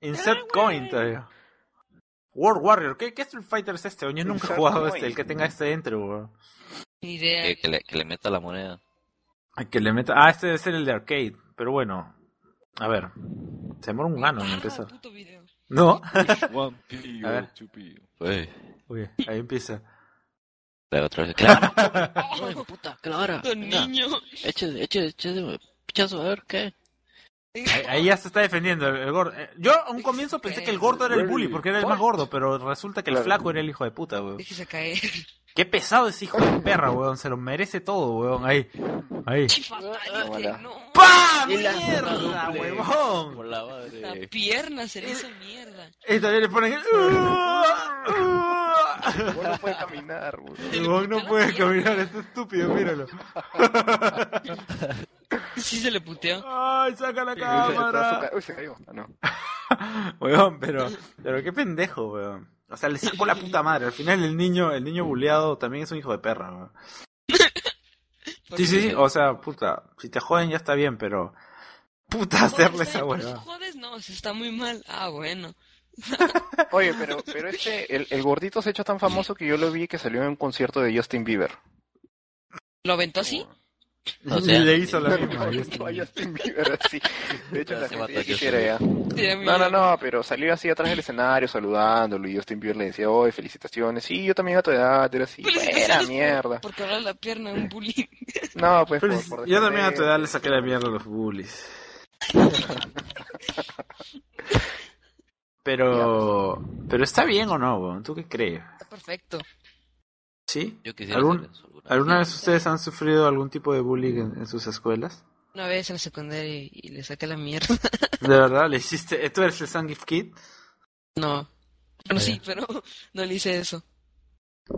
Insert Coin todavía. World Warrior, ¿qué, qué Street Fighter es este? weón? Yo nunca he Insert jugado Coin. este, el que tenga este dentro, weón. Ni idea. Que, que le, que le meta la moneda. Ay, Que le meta... Ah, este debe ser el de arcade, pero bueno. A ver. Se demora un ano en Ah, empezar. puto video. ¿No? One P A ver. or two P. Uy, Uy, ahí empieza. la otra vez. ¡Claro! puta! ¡Claro! Puto niño. Échese, échese, échese. Pichazo, a ver qué. Ahí, ahí ya se está defendiendo el, el gordo. Eh, Yo a un comienzo pensé que el gordo era el bully porque era el más gordo, pero resulta que el Claro. flaco era el hijo de puta, weón. Déjese caer. Qué pesado ese hijo de perra, weón. Se lo merece todo, weón. Ahí, ahí. Hola. Fatality, no. ¡Pam! Y la ¡Mierda, doble. huevón! la La madre! pierna se le hizo mierda. Y todavía le ponen. "Uh, el- Vos no puedes caminar, güey. El weón no puede caminar, es estúpido, míralo. Sí se le puteó. ¡Ay, saca la Se le traba su cámara! ca- Uy, se cayó. Ah, no. Weón, pero, pero qué pendejo, weón. O sea, le sacó la puta madre. Al final el niño, el niño buleado también es un hijo de perra, weón. Sí, sí, sí, o sea, puta, si te joden ya está bien, pero puta hacerle esa bueno. huevada. Jodes, no, se está muy mal. Ah, bueno. Oye, pero, pero este, el, el gordito se ha hecho tan famoso que yo lo vi que salió en un concierto de Justin Bieber. ¿Lo aventó así? O sea, le hizo la No, misma. no, ahí no, está. a Justin Bieber así. De hecho, Ya la se mató gente ya a Justin quisiera ya. Sí, a mí me- No, no, no, pero salió así atrás del escenario saludándolo y Justin Bieber le decía, oye, felicitaciones. Sí, yo también a tu edad era así. Era Felicitaciones mierda. Por quebrar la pierna un bullying. No, pues Pero por, por yo también a tu defender. edad le saqué la mierda a los bullies. Pero, pero está bien o no, weón? ¿Tú qué crees? Está perfecto. ¿Sí? Yo quisiera ¿Algún- hacer eso alguna vez. ¿Alguna vez ustedes han sufrido algún tipo de bullying en, en sus escuelas? Una vez en la secundaria y, y le saqué la mierda. ¿De verdad? ¿Le hiciste? ¿Tú eres el Sun Gift Kid? No. Bueno, Ah, sí, pero no le hice eso.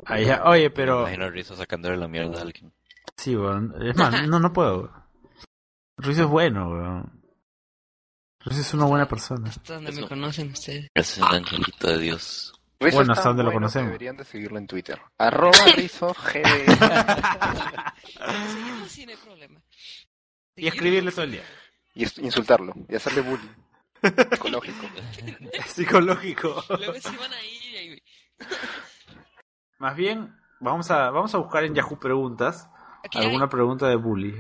Ah, ya. Oye, pero... Imagino a Rizzo sacándole la mierda a alguien. Sí, weón. Es más, no, no puedo. weón. Ruiz es bueno, weón. Ruiz es una buena persona. Hasta donde Eso. me conocen ustedes. Es un angelito de Dios. Rizo Bueno, es hasta tan donde lo conocemos. Deberían de seguirlo en Twitter. Arroba Rizo GD. Seguimos sin el problema. Y escribirle todo el día. y es- insultarlo. Y hacerle bullying. Psicológico. Psicológico. Luego se iban ahí. Más bien, vamos a, vamos a buscar en Yahoo Preguntas Aquí hay- alguna pregunta de bully.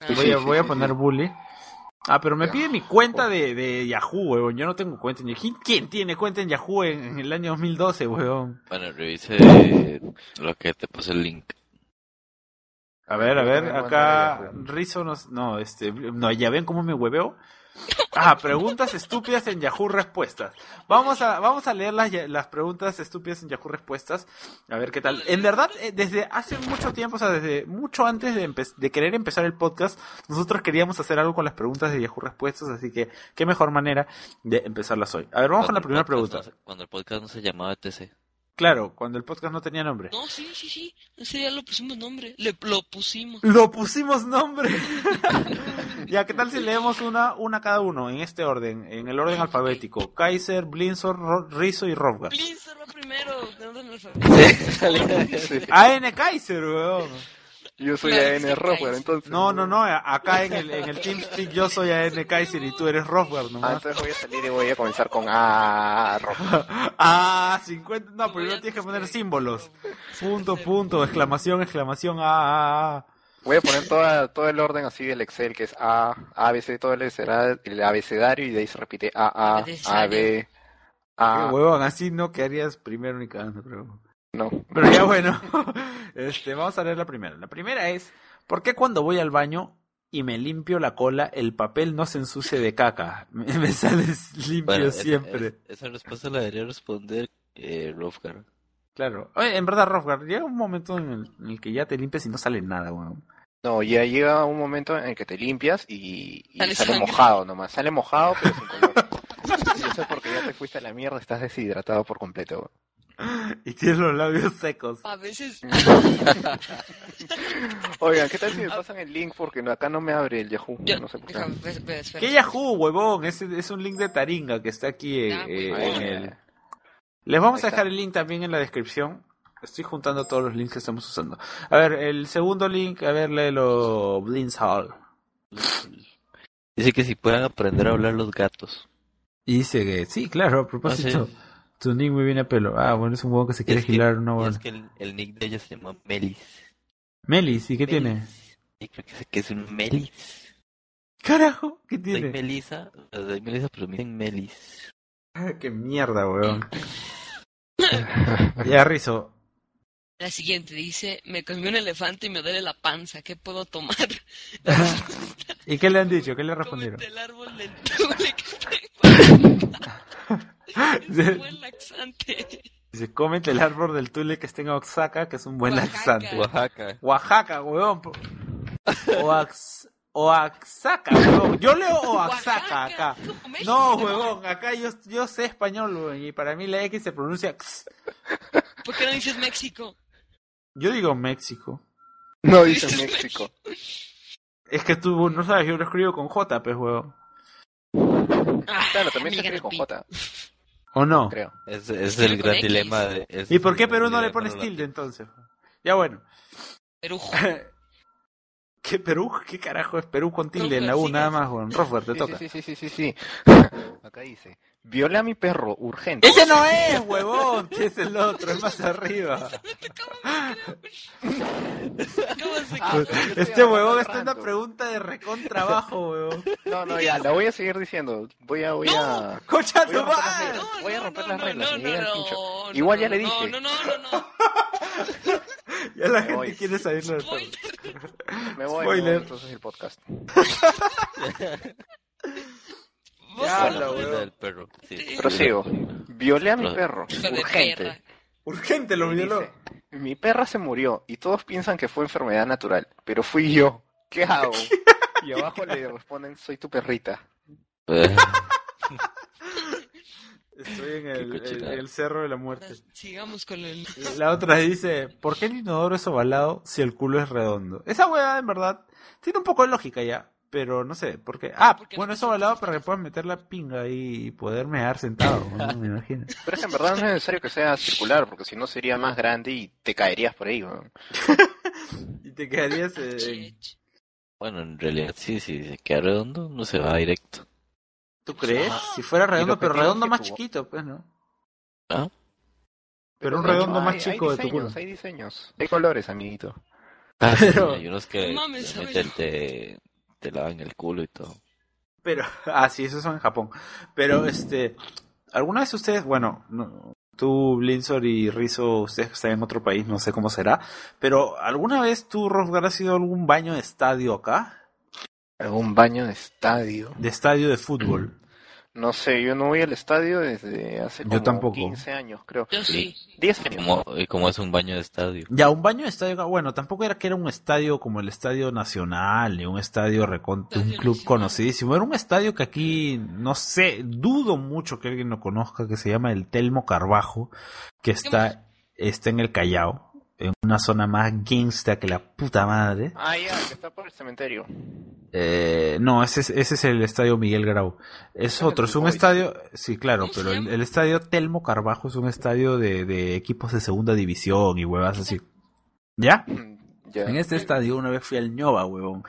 Ah, Sí, Voy a, sí, voy a sí, poner sí. bully. Ah, pero me Ya. Oh. pide mi cuenta de, de Yahoo, weón. Yo no tengo cuenta en Yahoo. ¿Quién- ¿Quién tiene cuenta en Yahoo en, en el año 2012, weón? Bueno, revise lo que te puse el link. A ver, a Yo ver, también pues. acá cuenta de Yahoo. Rizo nos... No, este... No, ya ven cómo me hueveo. Ah, preguntas estúpidas en Yahoo Respuestas. Vamos a, vamos a leer las, ya- las preguntas estúpidas en Yahoo Respuestas. A ver qué tal. En verdad, eh, desde hace mucho tiempo, o sea, desde mucho antes de, empe- de querer empezar el podcast, nosotros queríamos hacer algo con las preguntas de Yahoo Respuestas, así que qué mejor manera de empezarlas hoy. A ver, vamos con la primera Cuando el podcast pregunta. no se- cuando el podcast no se llamaba E ETC. Claro, cuando el podcast no tenía nombre. No, sí, sí, sí. Ese día lo pusimos nombre. Le, lo pusimos. Lo pusimos nombre. ya, ¿qué tal si leemos una, una cada uno en este orden, en el orden alfabético? Kaiser, Blinzor, Ro- Rizzo y Rovga. Please, va primero. No, no, no, Sí. AN Kaiser, weón. Yo soy Claro, AN sí, Roper, Kaiser. entonces. No, no, no, a- acá en el, en el TeamSpeak yo soy AN Kaiser y tú eres Rovga Ah, nomás. entonces voy a salir y voy a comenzar con A Roper. Ah, 50, no, pero no tienes que poner símbolos. Punto, punto, exclamación, exclamación, ah, ah, ah. Voy a poner toda, todo el orden así del Excel, que es A, ABC, todo el abeceda- el abecedario, y de ahí se repite A, A, A, B, Qué A. Huevón, así no quedarías primero ni cagando, creo. No. Pero ya bueno, este, vamos a leer la primera. La primera es, ¿por qué cuando voy al baño y me limpio la cola, el papel no se ensucia de caca? Me, me sales limpio Bueno, es- siempre. es- esa respuesta la debería responder eh, Rofgar. Claro. Oye, en verdad, Rofgar, llega un momento en el, en el que ya te limpias y no sale nada, weón. No, ya llega un momento en el que te limpias y, y Sale sale, sangre. mojado nomás. Sale mojado, pero sin color. Y eso es porque ya te fuiste a la mierda, estás deshidratado por completo. Y tienes los labios secos. A veces. Oigan, ¿qué tal si me pasan el link? Porque no- acá no me abre el Yahoo. Ah. Yo- no sé por qué. déjame, espera, espera, espera. ¿Qué Yahoo, huevón? Es, es un link de Taringa que está aquí eh, Ah, eh, bueno. en el... pues, Ahí Les vamos Ahí a está. dejar el link también en la descripción. Estoy juntando todos los links que estamos usando. A ver, el segundo link, a ver, léelo, Blins Hall. Dice que si pueden aprender a hablar los gatos. Y dice que, Pues sí, claro, a propósito, Ah, sí. tu nick me viene a pelo. Ah, bueno, es un huevón que se quiere es que- gilar una y bola. es que el, el nick de ella se llama Melis. Melis, ¿y qué Melis. tiene? Sí, creo que es, que es un Melis. Carajo, ¿qué Soy tiene? Melisa, soy Melisa, pero miren Melis. Ah, qué mierda, weón. ya, Rizo. La siguiente dice: Me comí un elefante y me duele la panza. ¿Qué puedo tomar? ¿Y qué le han dicho? ¿Qué le respondieron? Cómete el árbol del tule que está en Oaxaca. Es un buen laxante. Dice, cómete el árbol del tule que está en Oaxaca, que es un buen Oaxaca. laxante. Oaxaca. Oaxaca, weón. po- Oax... Oaxaca, weón. Yo leo Oaxaca acá. como México, No, ¿no? weón, acá yo, yo sé español, weón, y para mí la X se pronuncia... x. ¿Por qué no dices México? Yo digo México. No dice México. Es que tú no sabes, yo lo escribo con J, pues, weón. Ah, Claro, también se amiga escribe de con pi. J, ¿O no? creo. Es, es el Con gran X. dilema de... es ¿Y por el qué gran Perú no le dilema pones de los tilde entonces? Ya bueno. Perú. ¿Qué Perú? ¿Qué carajo es Perú con tilde en la U Rosberg, nada sigue. más, weón? Rosberg, te Sí, toca. Sí, sí, sí, sí, sí. Acá dice, viola a mi perro, urgente. ¡Ese no es, huevón! Es el otro, es más arriba. Me tocaba, creo. Acabas de Ah, pues, Este huevón está en una pregunta de recontrabajo, huevón. No, no, ya, la voy a seguir diciendo. Voy a, voy a... ¡Cocha tu Voy a madre! romper las reglas. Voy a romper las reglas, me llega el pincho. no, Igual ya no, le no, dije. No, no, no, no, no. Ya la Me gente voy. quiere salirlo de todo. Spoiler. Me voy, Spoiler. me voy, entonces el podcast. Vos Ya, la gatos. no weón. Dilema del perro. Sí. Sí. Prosigo. Violé a mi perro, hijo de urgente. perra. Urgente, lo Y violó. dice, Mi perra se murió y todos piensan que fue enfermedad natural, pero fui yo. ¿Qué hago? Y abajo le responden, soy tu perrita. Eh, Estoy en el, Qué el- cochinada. el cerro de la muerte. Sigamos con el. La otra dice, ¿por qué el inodoro es ovalado si el culo es redondo? Esa hueá, en verdad, tiene un poco de lógica ya. Pero no sé, ¿por qué? Ah, bueno, eso valado para que puedas meter la pinga ahí y poder mear sentado, ¿no? me imagino. Pero es que en verdad no es necesario que sea circular, porque si no sería más grande y te caerías por ahí, weón. Y te quedarías eh, en- Bueno, en realidad sí, si se queda redondo, no se va directo. ¿Tú crees? Ah. Si fuera Y redondo, lo pero pequeño redondo que más tu- chiquito, pues, ¿no? ¿Ah? Pero un De hecho, redondo más hay- chico hay de tu culo. diseños, Hay diseños, hay colores, amiguito. Ah, sí, Pero- hay unos que No mames, realmente ¿sabes? te, te lavan el culo y todo. Pero, ah, sí, esos son en Japón. Pero, este, ¿alguna vez ustedes, bueno, no- tú, Blinsor y Rizo, ustedes que están en otro país, no sé cómo será, pero ¿alguna vez tú, Rosgar, has ido a algún baño de estadio acá? Algún baño de estadio. De estadio de fútbol. No sé, yo no voy al estadio desde hace Yo como tampoco. 15 años, creo. Yo sí. 10 Y años. como, y como es un baño de estadio. Ya, un baño de estadio acá, bueno, tampoco era que era un estadio como el Estadio Nacional, ni un estadio recon- un Estadio club Nacional. conocidísimo, era un estadio que aquí, no sé, dudo mucho que alguien lo conozca, que se llama el Telmo Carbajo, que más? está, está en el Callao, en una zona más gangsta que la puta madre. Ah, ya, que está por el cementerio. Eh, no, ese es, ese es el estadio Miguel Grau. Es Ah, otro, es un Boys. estadio, sí, claro, ¿Cómo se pero el, llama? el estadio Telmo Carbajo es un estadio de, de equipos de segunda división y huevas así. ¿Ya? Ya. En este estadio una vez fui al ñoba, huevón,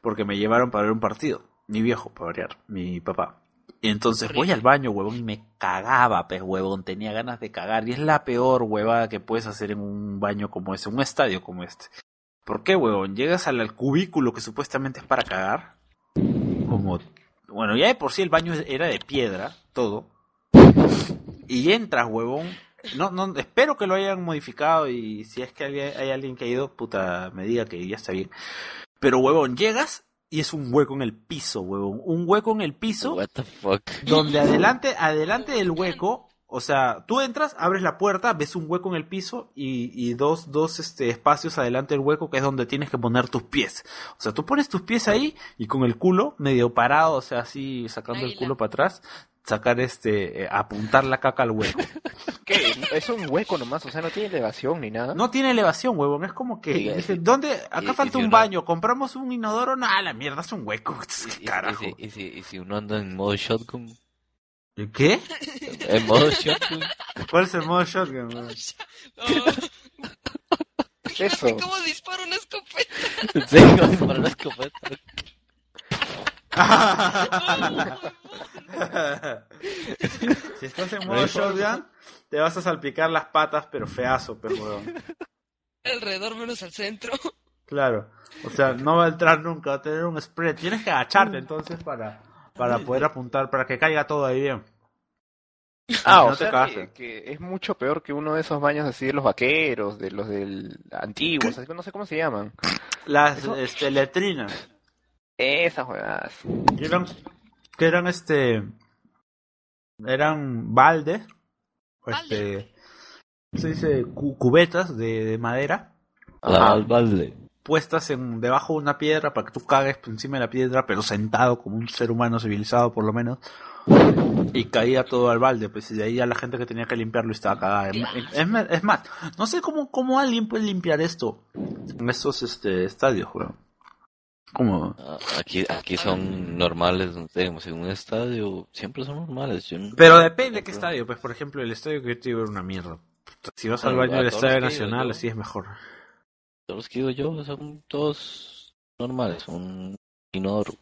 porque me llevaron para ver un partido. Mi viejo, para variar, mi papá. Y entonces voy al baño, huevón, y me cagaba, pues, huevón, tenía ganas de cagar. Y es la peor huevada que puedes hacer en un baño como ese, un estadio como este. ¿Por qué, huevón? Llegas al, al cubículo que supuestamente es para cagar. Como, bueno, ya de por sí el baño era de piedra, todo. Y entras, huevón. No, no, espero que lo hayan modificado y si es que hay, hay alguien que ha ido, puta, me diga que ya está bien. Pero, huevón, llegas y es un hueco en el piso, huevón. Un hueco en el piso What the fuck. donde adelante, adelante del hueco, o sea, tú entras, abres la puerta, ves un hueco en el piso y, y dos, dos este, espacios adelante del hueco que es donde tienes que poner tus pies. O sea, tú pones tus pies ahí y con el culo medio parado, o sea, así sacando el Águila. culo para atrás, sacar este, eh, apuntar la caca al hueco. ¿Qué? Es un hueco nomás, o sea, no tiene elevación ni nada. No tiene elevación, huevón, es como que, Y- dije, ¿dónde? y- Acá y falta si un uno- baño, compramos un inodoro, nada, la mierda es un hueco, Y- y- carajo. Y, si, y, si, y si uno anda en modo shotgun. ¿Qué? En modo shotgun. ¿Cuál es el modo shotgun? huevón? Oh, Eso. ¿Cómo disparo una escopeta? Sí, como si fuera una escopeta. si estás en modo shotgun, te vas a salpicar las patas, pero feazo, pues, huevón. Alrededor menos al centro. Eh, Claro. O sea, no va a entrar nunca, va a tener un spread. Tienes que agacharte entonces para, para poder apuntar, para que caiga todo ahí bien. Ah, o No te sea, cagaste. que, que es mucho peor que uno de esos baños así de los vaqueros, de los del antiguos, así que no sé cómo se llaman. Las este, letrinas. Esas huevadas. que eran, que eran este eran baldes o este ¿cómo se dice Cu- cubetas de, de madera La al balde. puestas en debajo de una piedra para que tú cagues por encima de la piedra pero sentado como un ser humano civilizado por lo menos y caía todo al balde pues y de ahí ya la gente que tenía que limpiarlo estaba cagada es, es ma- es más no sé cómo cómo alguien puede limpiar esto en estos este estadios weón. como Ah, Aquí, aquí son normales, no sé, como si en un estadio siempre son normales. Yo no- Pero depende de qué estadio, pues por ejemplo el estadio que yo te iba era una mierda. Puta, Si vas al Bueno, baño a del todos Estadio los que he ido, Nacional, yo- así es mejor. Todos los que digo yo son todos normales, son inodoro.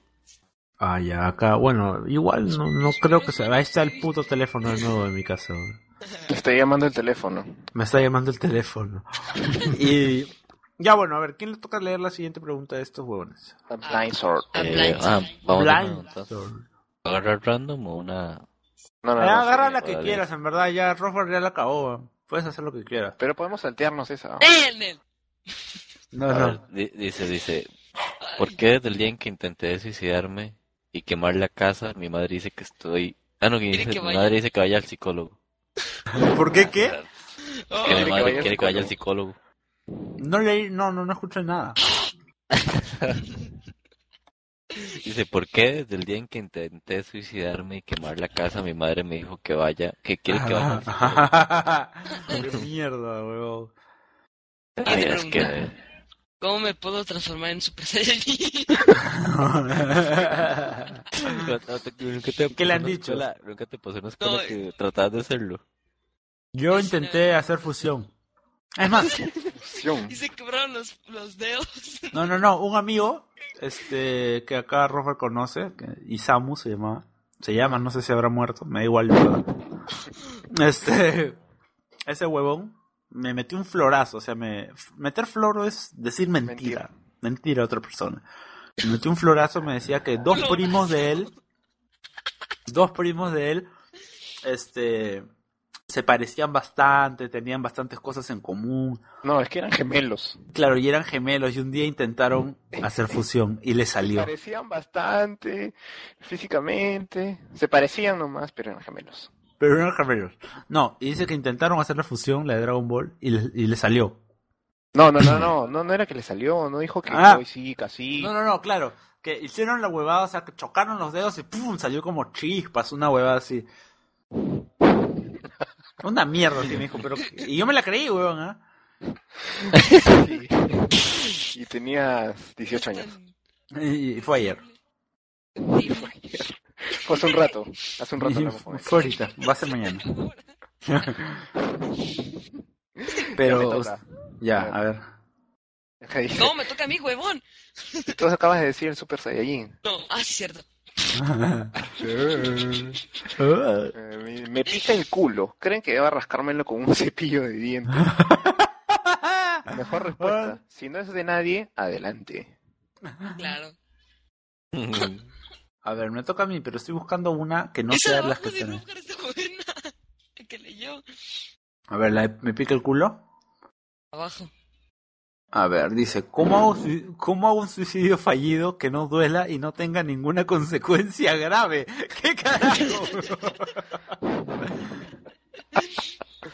Ah, ya, acá, bueno, igual no, no creo que sea. Ahí está el puto teléfono de nuevo de mi casa. weón. Te está llamando el teléfono. Me está llamando el teléfono. Y ya, bueno, a ver, ¿quién le toca leer la siguiente pregunta de estos huevones? A blind sword. A Eh, blind ah, side. vamos de nuevo, Blind. entonces. ¿Agarrar random o una...? No, no, Ya, no, agarra sí. la que vale. quieras, en verdad, ya Rosberg ya la acabó. weón. Puedes hacer lo que quieras. Pero podemos saltearnos esa. Eh. ¡Nel, Nel! No, A no. ver, di- dice, dice, ¿por qué desde el día en que intenté suicidarme y quemar la casa, mi madre dice que estoy... Ah, no, que Quiere dice- que mi vaya. madre dice que vaya al psicólogo. ¿Por qué qué? Oh, Que mi quiere que madre vaya al quiere que vaya al psicólogo. No leí, no, no, no escuché nada. Dice, ¿por qué desde el día en que intenté suicidarme y quemar la casa, mi madre me dijo que vaya, que quiere que vaya al Ah, psicólogo? Qué mierda, huevón. ¿Quién Ay, te es que... pregunta? ¿Cómo me puedo transformar en Super Saiyajin? ¿Qué le han dicho? Nunca te pasó unas No, cosas que tratabas de hacerlo. Yo intenté hacer fusión. Es más, Fusión. Y se quebraron los, los dedos. no, no, no, un amigo este que acá Robert conoce, que- Isamu se llamaba, se llama, no sé si habrá muerto, me da igual, la verdad. Este, ese huevón me metió un florazo, o sea, me, meter floro es decir mentira, mentira, Mentira. a otra persona. Me metió un florazo, me decía que dos Florazo. primos de él, dos primos de él, este, se parecían bastante, tenían bastantes cosas en común. No, es que eran gemelos. Claro, y eran gemelos y un día intentaron hacer fusión y le salió. Parecían bastante físicamente. Se parecían nomás, pero eran gemelos. Pero eran gemelos. No, y dice que intentaron hacer la fusión, la de Dragon Ball, y le, y le salió. No, no, no, no, no, no era que le salió, no dijo que Ah. hoy sí, casi. No, no, no, claro. Que hicieron la huevada, o sea, que chocaron los dedos y ¡pum! salió como chispas, una huevada así. Una mierda, así me dijo, pero... Y yo me la creí, huevón, ¿ah? Y tenías 18 Es años. tan- Y fue ayer. Sí, Fue hace un rato, hace un rato ¿eh? pues. Y hablamos con él. fue ahorita, va a ser mañana. Ya me Pero... toca. Ya, a ver. Acá dice, No, me toca a mí, huevón. Tú acabas de decir el Super Saiyajin. No, ah, sí, cierto. Eh, me, me pica el culo. ¿Creen que deba rascármelo con un cepillo de dientes? Mejor respuesta. Si no es de nadie, adelante. Claro. A ver, me toca a mí, pero estoy buscando una que no Esa sea de las abajo de cuestiones. Rufgar está buena. La Que leyó. A ver, la de me pica el culo. Abajo. A ver, dice, ¿cómo hago, sui- ¿cómo hago un suicidio fallido que no duela y no tenga ninguna consecuencia grave? ¿Qué carajo?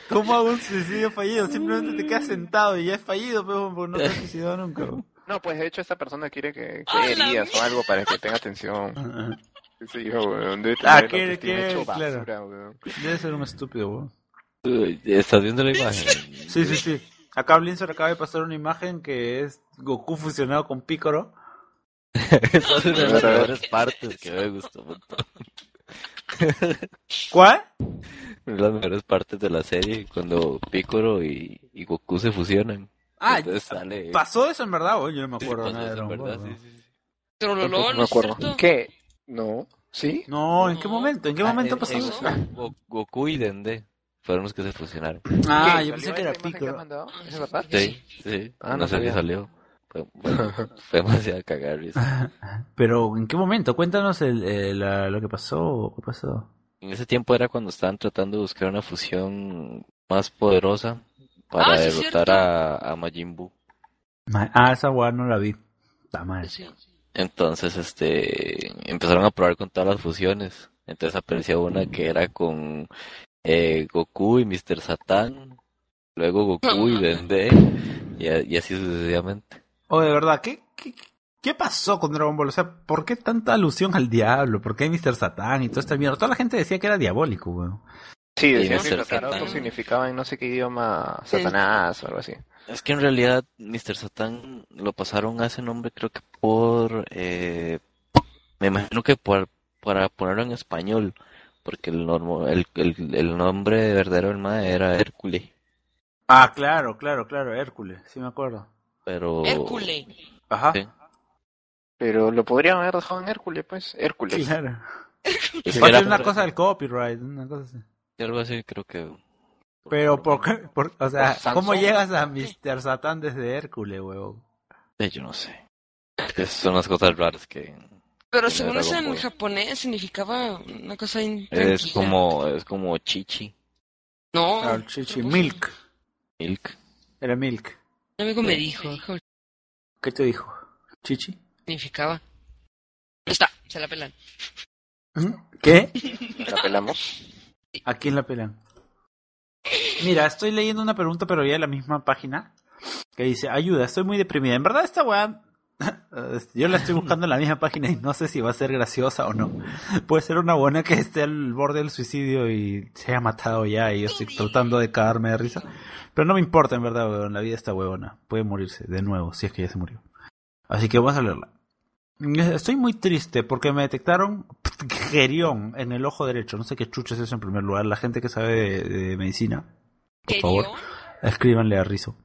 ¿Cómo hago un suicidio fallido? Simplemente te quedas sentado y ya es fallido, pero no te has suicidado nunca. bro. No, pues de hecho esta persona quiere que, que ¡Hola, heridas o mía! algo para que tenga atención. Qué sé yo, weón. Debe Ah, tener la quiere- autoestima quiere, hecho claro. basura, weón. Debe ser un estúpido, weón. Uy, ¿Estás viendo la imagen? Sí, sí, sí. Acá Blinzer acaba de pasar una imagen que es Goku fusionado con Piccolo. Estás en las A ver. peores partes que me gustó un montón. ¿Cuál? Una de las mejores partes de la serie, cuando Piccolo y, y Goku se fusionan. Ah, Entonces sale... ¿pasó eso en verdad? o Yo no me Sí, acuerdo pasó nada de eso, Dragon ¿verdad? Ball, Sí, ¿no? sí, sí. Trololó, Tampoco me ¿no es acuerdo. cierto? ¿Qué? No. ¿Sí? No, ¿en qué No. momento? ¿En qué Ah, momento eh, pasó eh, eso? Go- Goku y Dende fueron los que se fusionaron. Ah, ¿Qué? yo ¿Salió pensé que era esta imagen que has Piccolo. mandado? ¿Es verdad? Sí, sí. Ah, no no sé si sabía. salió. Fue, fue- fue demasiado cagar. ¿viste? Pero, ¿en qué momento? Cuéntanos el, eh, la- lo que pasó. ¿Qué pasó? En ese tiempo era cuando estaban tratando de buscar una fusión más poderosa para Ah, sí, es derrotar cierto. a, a Majin Buu. Ma- Ah, esa weá no la vi. Está mal. Ah, Sí. Entonces, este, empezaron a probar con todas las fusiones. Entonces apareció una que era con eh, Goku y Mr. Satan, luego Goku y Dende, y, a- y así sucesivamente. Oh, de verdad, ¿qué, qué, qué pasó con Dragon Ball? O sea, ¿por qué tanta alusión al diablo? ¿Por qué Mr. Satán y toda esta mierda? Toda la gente decía que era diabólico, weón. Sí, Y decía no que ser Kakaroto Satán. significaba en no sé qué idioma Sí. Satanás o algo así. Es que en realidad Mr. Satan lo pasaron a ese nombre creo que por... eh, me imagino que por, para ponerlo en español, porque el, normo- el, el, el nombre verdadero del mae era Hércules, Ah, claro, claro, claro, Hércules, sí me acuerdo. pero... Hércules. Ajá. Sí. Pero lo podrían haber dejado en Hércules, pues. Hércules. Claro. Es que Porque era es una por- cosa del copyright, una cosa así. algo así creo que... Pero, ¿por qué? Por- o sea, Por ¿cómo Sansón. llegas a Mr. Satán desde Hércules, huevón? Eh, yo no sé. Es que son las cosas raras que... Pero Sí, según Dragon eso en Ball. japonés significaba una cosa Es intranquila. como, es como Chichi, No. Claro, chichi, otra cosa. Milk. Milk. Pues Era Milk. Un amigo me dijo, dijo, ¿Qué te dijo? ¿Chichi? significaba. Ya Está, se la pelan. ¿Mm? ¿Qué? La pelamos. ¿A quién la pelan? Mira, estoy leyendo una pregunta, pero ya en la misma página. Que dice, ayuda, estoy muy deprimida. En verdad, esta weá Yo la estoy buscando en la misma página y no sé si va a ser graciosa o no. Puede ser una buena que esté al borde del suicidio y se haya matado ya y yo estoy tratando de cagarme de risa. Pero no me importa, en verdad, weón. La vida está huevona. Puede morirse de nuevo, si es que ya se murió. Así que vamos a leerla. Estoy muy triste porque me detectaron gerión en el ojo derecho. No sé qué chuches es eso en primer lugar. La gente que sabe de, de medicina, por favor, escríbanle a Rizo.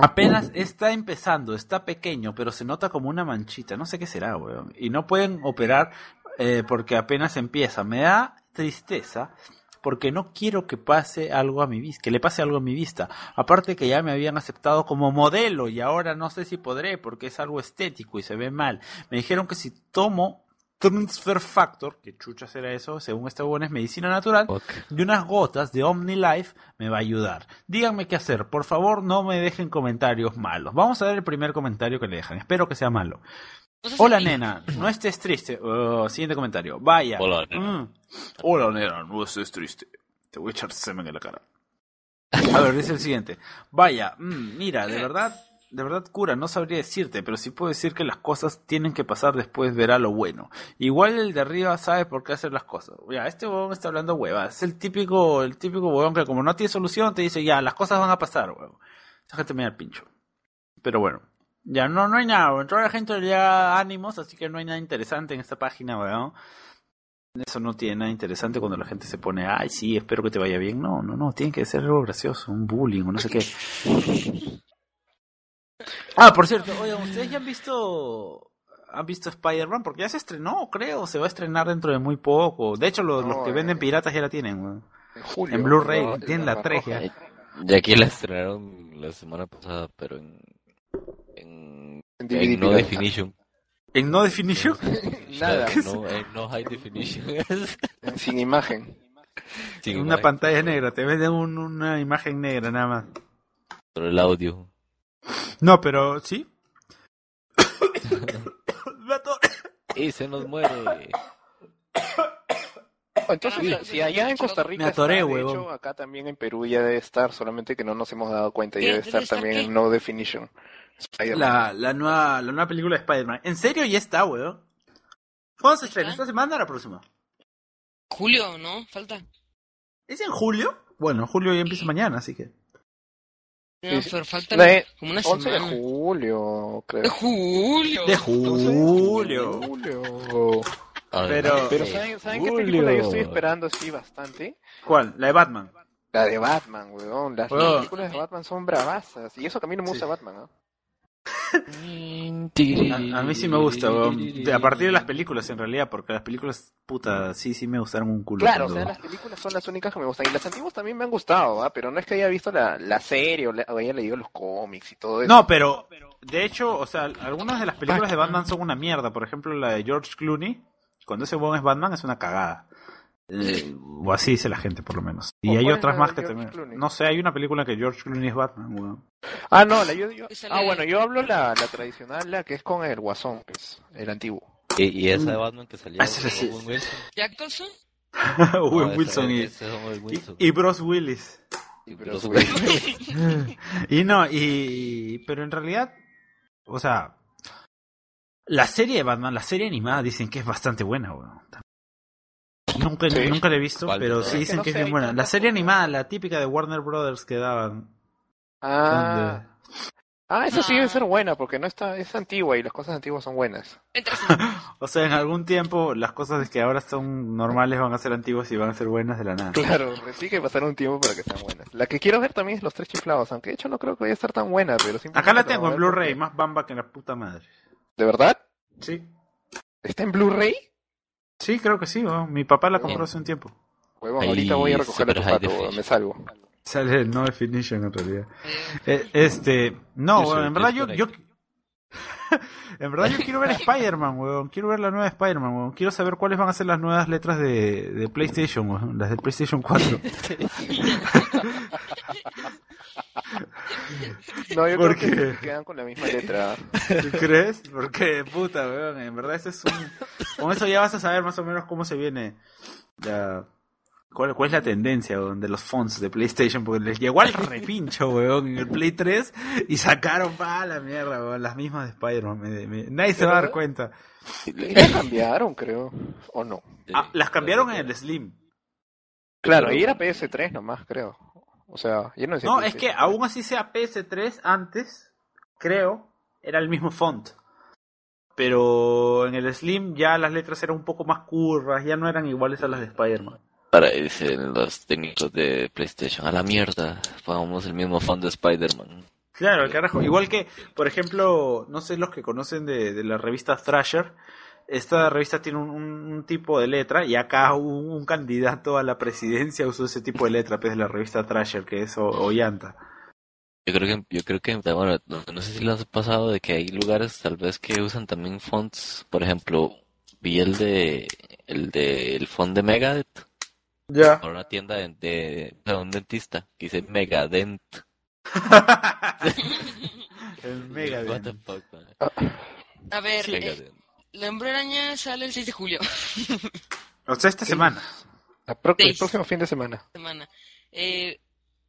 Apenas está empezando, está pequeño, pero se nota como una manchita, no sé qué será, weón. Y no pueden operar eh, porque apenas empieza. Me da tristeza porque no quiero que pase algo a mi vista, que le pase algo a mi vista. Aparte que ya me habían aceptado como modelo y ahora no sé si podré porque es algo estético y se ve mal. Me dijeron que si tomo Transfer Factor, que chucha será eso, según esta buena es medicina natural, Ok. y unas gotas de OmniLife me va a ayudar. Díganme qué hacer, por favor no me dejen comentarios malos. Vamos a ver el primer comentario que le dejan, espero que sea malo. Hola nena, no estés triste. Oh, siguiente comentario, vaya. Hola, nena. Mm. Hola nena, no estés triste. Te voy a echar semen en la cara. A ver, dice el siguiente. Vaya, mm, mira, de verdad, de verdad cura, no sabría decirte, pero sí puedo decir que las cosas tienen que pasar después verá lo bueno. Igual el de arriba sabe por qué hacer las cosas. Ya, este huevón está hablando huevas. Es el típico, el típico huevón que como no tiene solución te dice, ya, las cosas van a pasar, huevón. Déjate mirar pincho. Pero bueno. Ya, no, no hay nada, huevón. Toda la gente le da ánimos, así que no hay nada interesante en esta página, huevón. Eso no tiene nada interesante cuando la gente se pone, ay, sí, espero que te vaya bien. No, no, no, tiene que ser algo gracioso, un bullying o no sé qué. Ah, por cierto, oigan, ¿ustedes ya han visto han visto Spider-Man? Porque ya se estrenó, creo, se va a estrenar dentro de muy poco. De hecho, los, No, los que eh. venden piratas ya la tienen. weón. En julio. En Blu-ray, No, tienen la 3 ya. Y aquí la estrenaron la semana pasada, pero en. en, En en DVD no pirata. definition. En No Definition. Nada. O sea, No, en no high definition. Sin imagen. Sí, una madre, eh. pantalla negra, te venden un- una imagen negra nada más. Pero el audio. No, pero sí. Vato. Y se nos muere. Entonces, Sí. si- si Ah, allá en Costa Rica Me atoré, está, de huevón. hecho, acá también en Perú ya debe estar, solamente que no nos hemos dado cuenta, ¿Qué? ya debe ¿Debe estar estar también qué? en No Definition. Spider-Man. La, la, nueva, la nueva película de Spider-Man. ¿En serio ya está, weón? ¿Cuándo se estrena? ¿Esta semana o la próxima? Julio, ¿no? Falta. ¿Es en julio? Bueno, julio ya empieza mañana, así que. No, Sí. pero falta La de- como una 11 de semana. julio, creo. De julio. De 11 de julio. julio. Pero- eh, Pero Sí. ¿saben, ¿saben qué película yo estoy Julio. esperando así bastante? ¿Cuál? La de Batman. La de Batman, weón. Las Weón. películas de Batman son bravasas. Y eso que a mí no me gusta Sí. Batman, ¿no? A, a mí sí me gusta, weón. De- A partir de las películas, en realidad, porque las películas, puta, sí, sí me gustaron un culo. Claro, o cuando- sea, las películas son las únicas que me gustan. Y las antiguas también me han gustado, ¿ah? Pero no es que haya visto la, la serie o, le- o haya leído los cómics y todo eso. No, pero, de hecho, o sea, algunas de las películas de Batman son una mierda. Por ejemplo, la de George Clooney, cuando ese weón es Batman, es una cagada. Eh, o así dice la gente, por lo menos. ¿O Y hay cuál es otras la más de que George también. Clooney? No sé, hay una película que George Clooney es Batman, weón. Ah, no, la yo, yo- Esa Ah, la- bueno, yo hablo la, la tradicional, la que es con el Guasón, pues, el antiguo. Y, y esa de Batman que salía Ah, esa sí. Owen Wilson. ¿Jack Nicholson? No, Owen esa- Wilson y, ese es Owen Wilson. y, y Bruce Willis. Y Bruce Bruce Willis. Willis. Y no, y. Pero en realidad, o sea. La serie de Batman, la serie animada, dicen que es bastante buena, weón. Nunca, Sí. nunca la he visto, Vale. pero Es sí que dicen no que es sé, bien hay buena. La tantas serie cosas. animada, la típica de Warner Brothers que daban. Ah, ah esa sí debe Ah. ser buena, porque no está, es antigua y las cosas antiguas son buenas. Entra O sea, en algún tiempo las cosas que ahora son normales van a ser antiguas y van a ser buenas de la nada. Claro, sí que pasar un tiempo para que sean buenas. La que quiero ver también es Los Tres Chiflados, aunque de hecho no creo que vaya a estar tan buena, pero simplemente Acá la voy a tengo en ver Blu-ray, porque- más bamba que la puta madre. ¿De verdad? Sí. ¿Está en Blu-ray? Sí, creo que sí, weón. mi papá la Bien. compró hace un tiempo. Huevón, Ahí, ahorita voy a recoger a tu Super High pato, Definition. me salgo. Sale el No Definition en realidad. Eh, este, no, Yo soy weón, en verdad yo, yo desconecto. en verdad yo quiero ver Spider-Man, weón, quiero ver la nueva Spider-Man, weón, quiero saber cuáles van a ser las nuevas letras de, de PlayStation, weón, las de PlayStation 4. No, yo ¿Por creo que qué? se quedan con la misma letra. ¿Tú crees? Porque puta, weón, en verdad ese es un con eso ya vas a saber más o menos cómo se viene la ¿Cuál, ¿Cuál es la tendencia weón, de los fonts de PlayStation? Porque les llegó al repincho, weón, en el Play 3 y sacaron pa la mierda, weón, las mismas de Spider-Man. me- me- Nadie se va a dar cuenta. Las cambiaron, creo. O no. Ah, las cambiaron en el Slim. Claro, y era PS3 nomás, creo. O sea, yo no decía No, es que PS3. aún así sea PS3 antes, creo, era el mismo font. Pero en el Slim ya las letras eran un poco más curvas, ya no eran iguales a las de Spider-Man. Para dicen los técnicos de PlayStation, a la mierda, pagamos el mismo fan de Spider-Man. Claro, el carajo. Igual que, por ejemplo, no sé los que conocen de, de la revista Thrasher. Esta revista tiene un, un- un tipo de letra y acá un, un candidato a la presidencia usó ese tipo de letra, pues de la revista Thrasher, que es O- Ollanta. Yo creo que, yo creo que, bueno, no, no sé si les ha pasado de que hay lugares tal vez que usan también fonts, por ejemplo, vi el de, el de, el font de Megadeth, Ya. para una tienda de, de- para un dentista, que dice Megadent. el What the Megadent. fuck, man. A ver, eh, Megadent. la hombre araña sale el 6 de julio, O sea, esta semana. La pro- el Seis. próximo fin de semana. semana. Eh,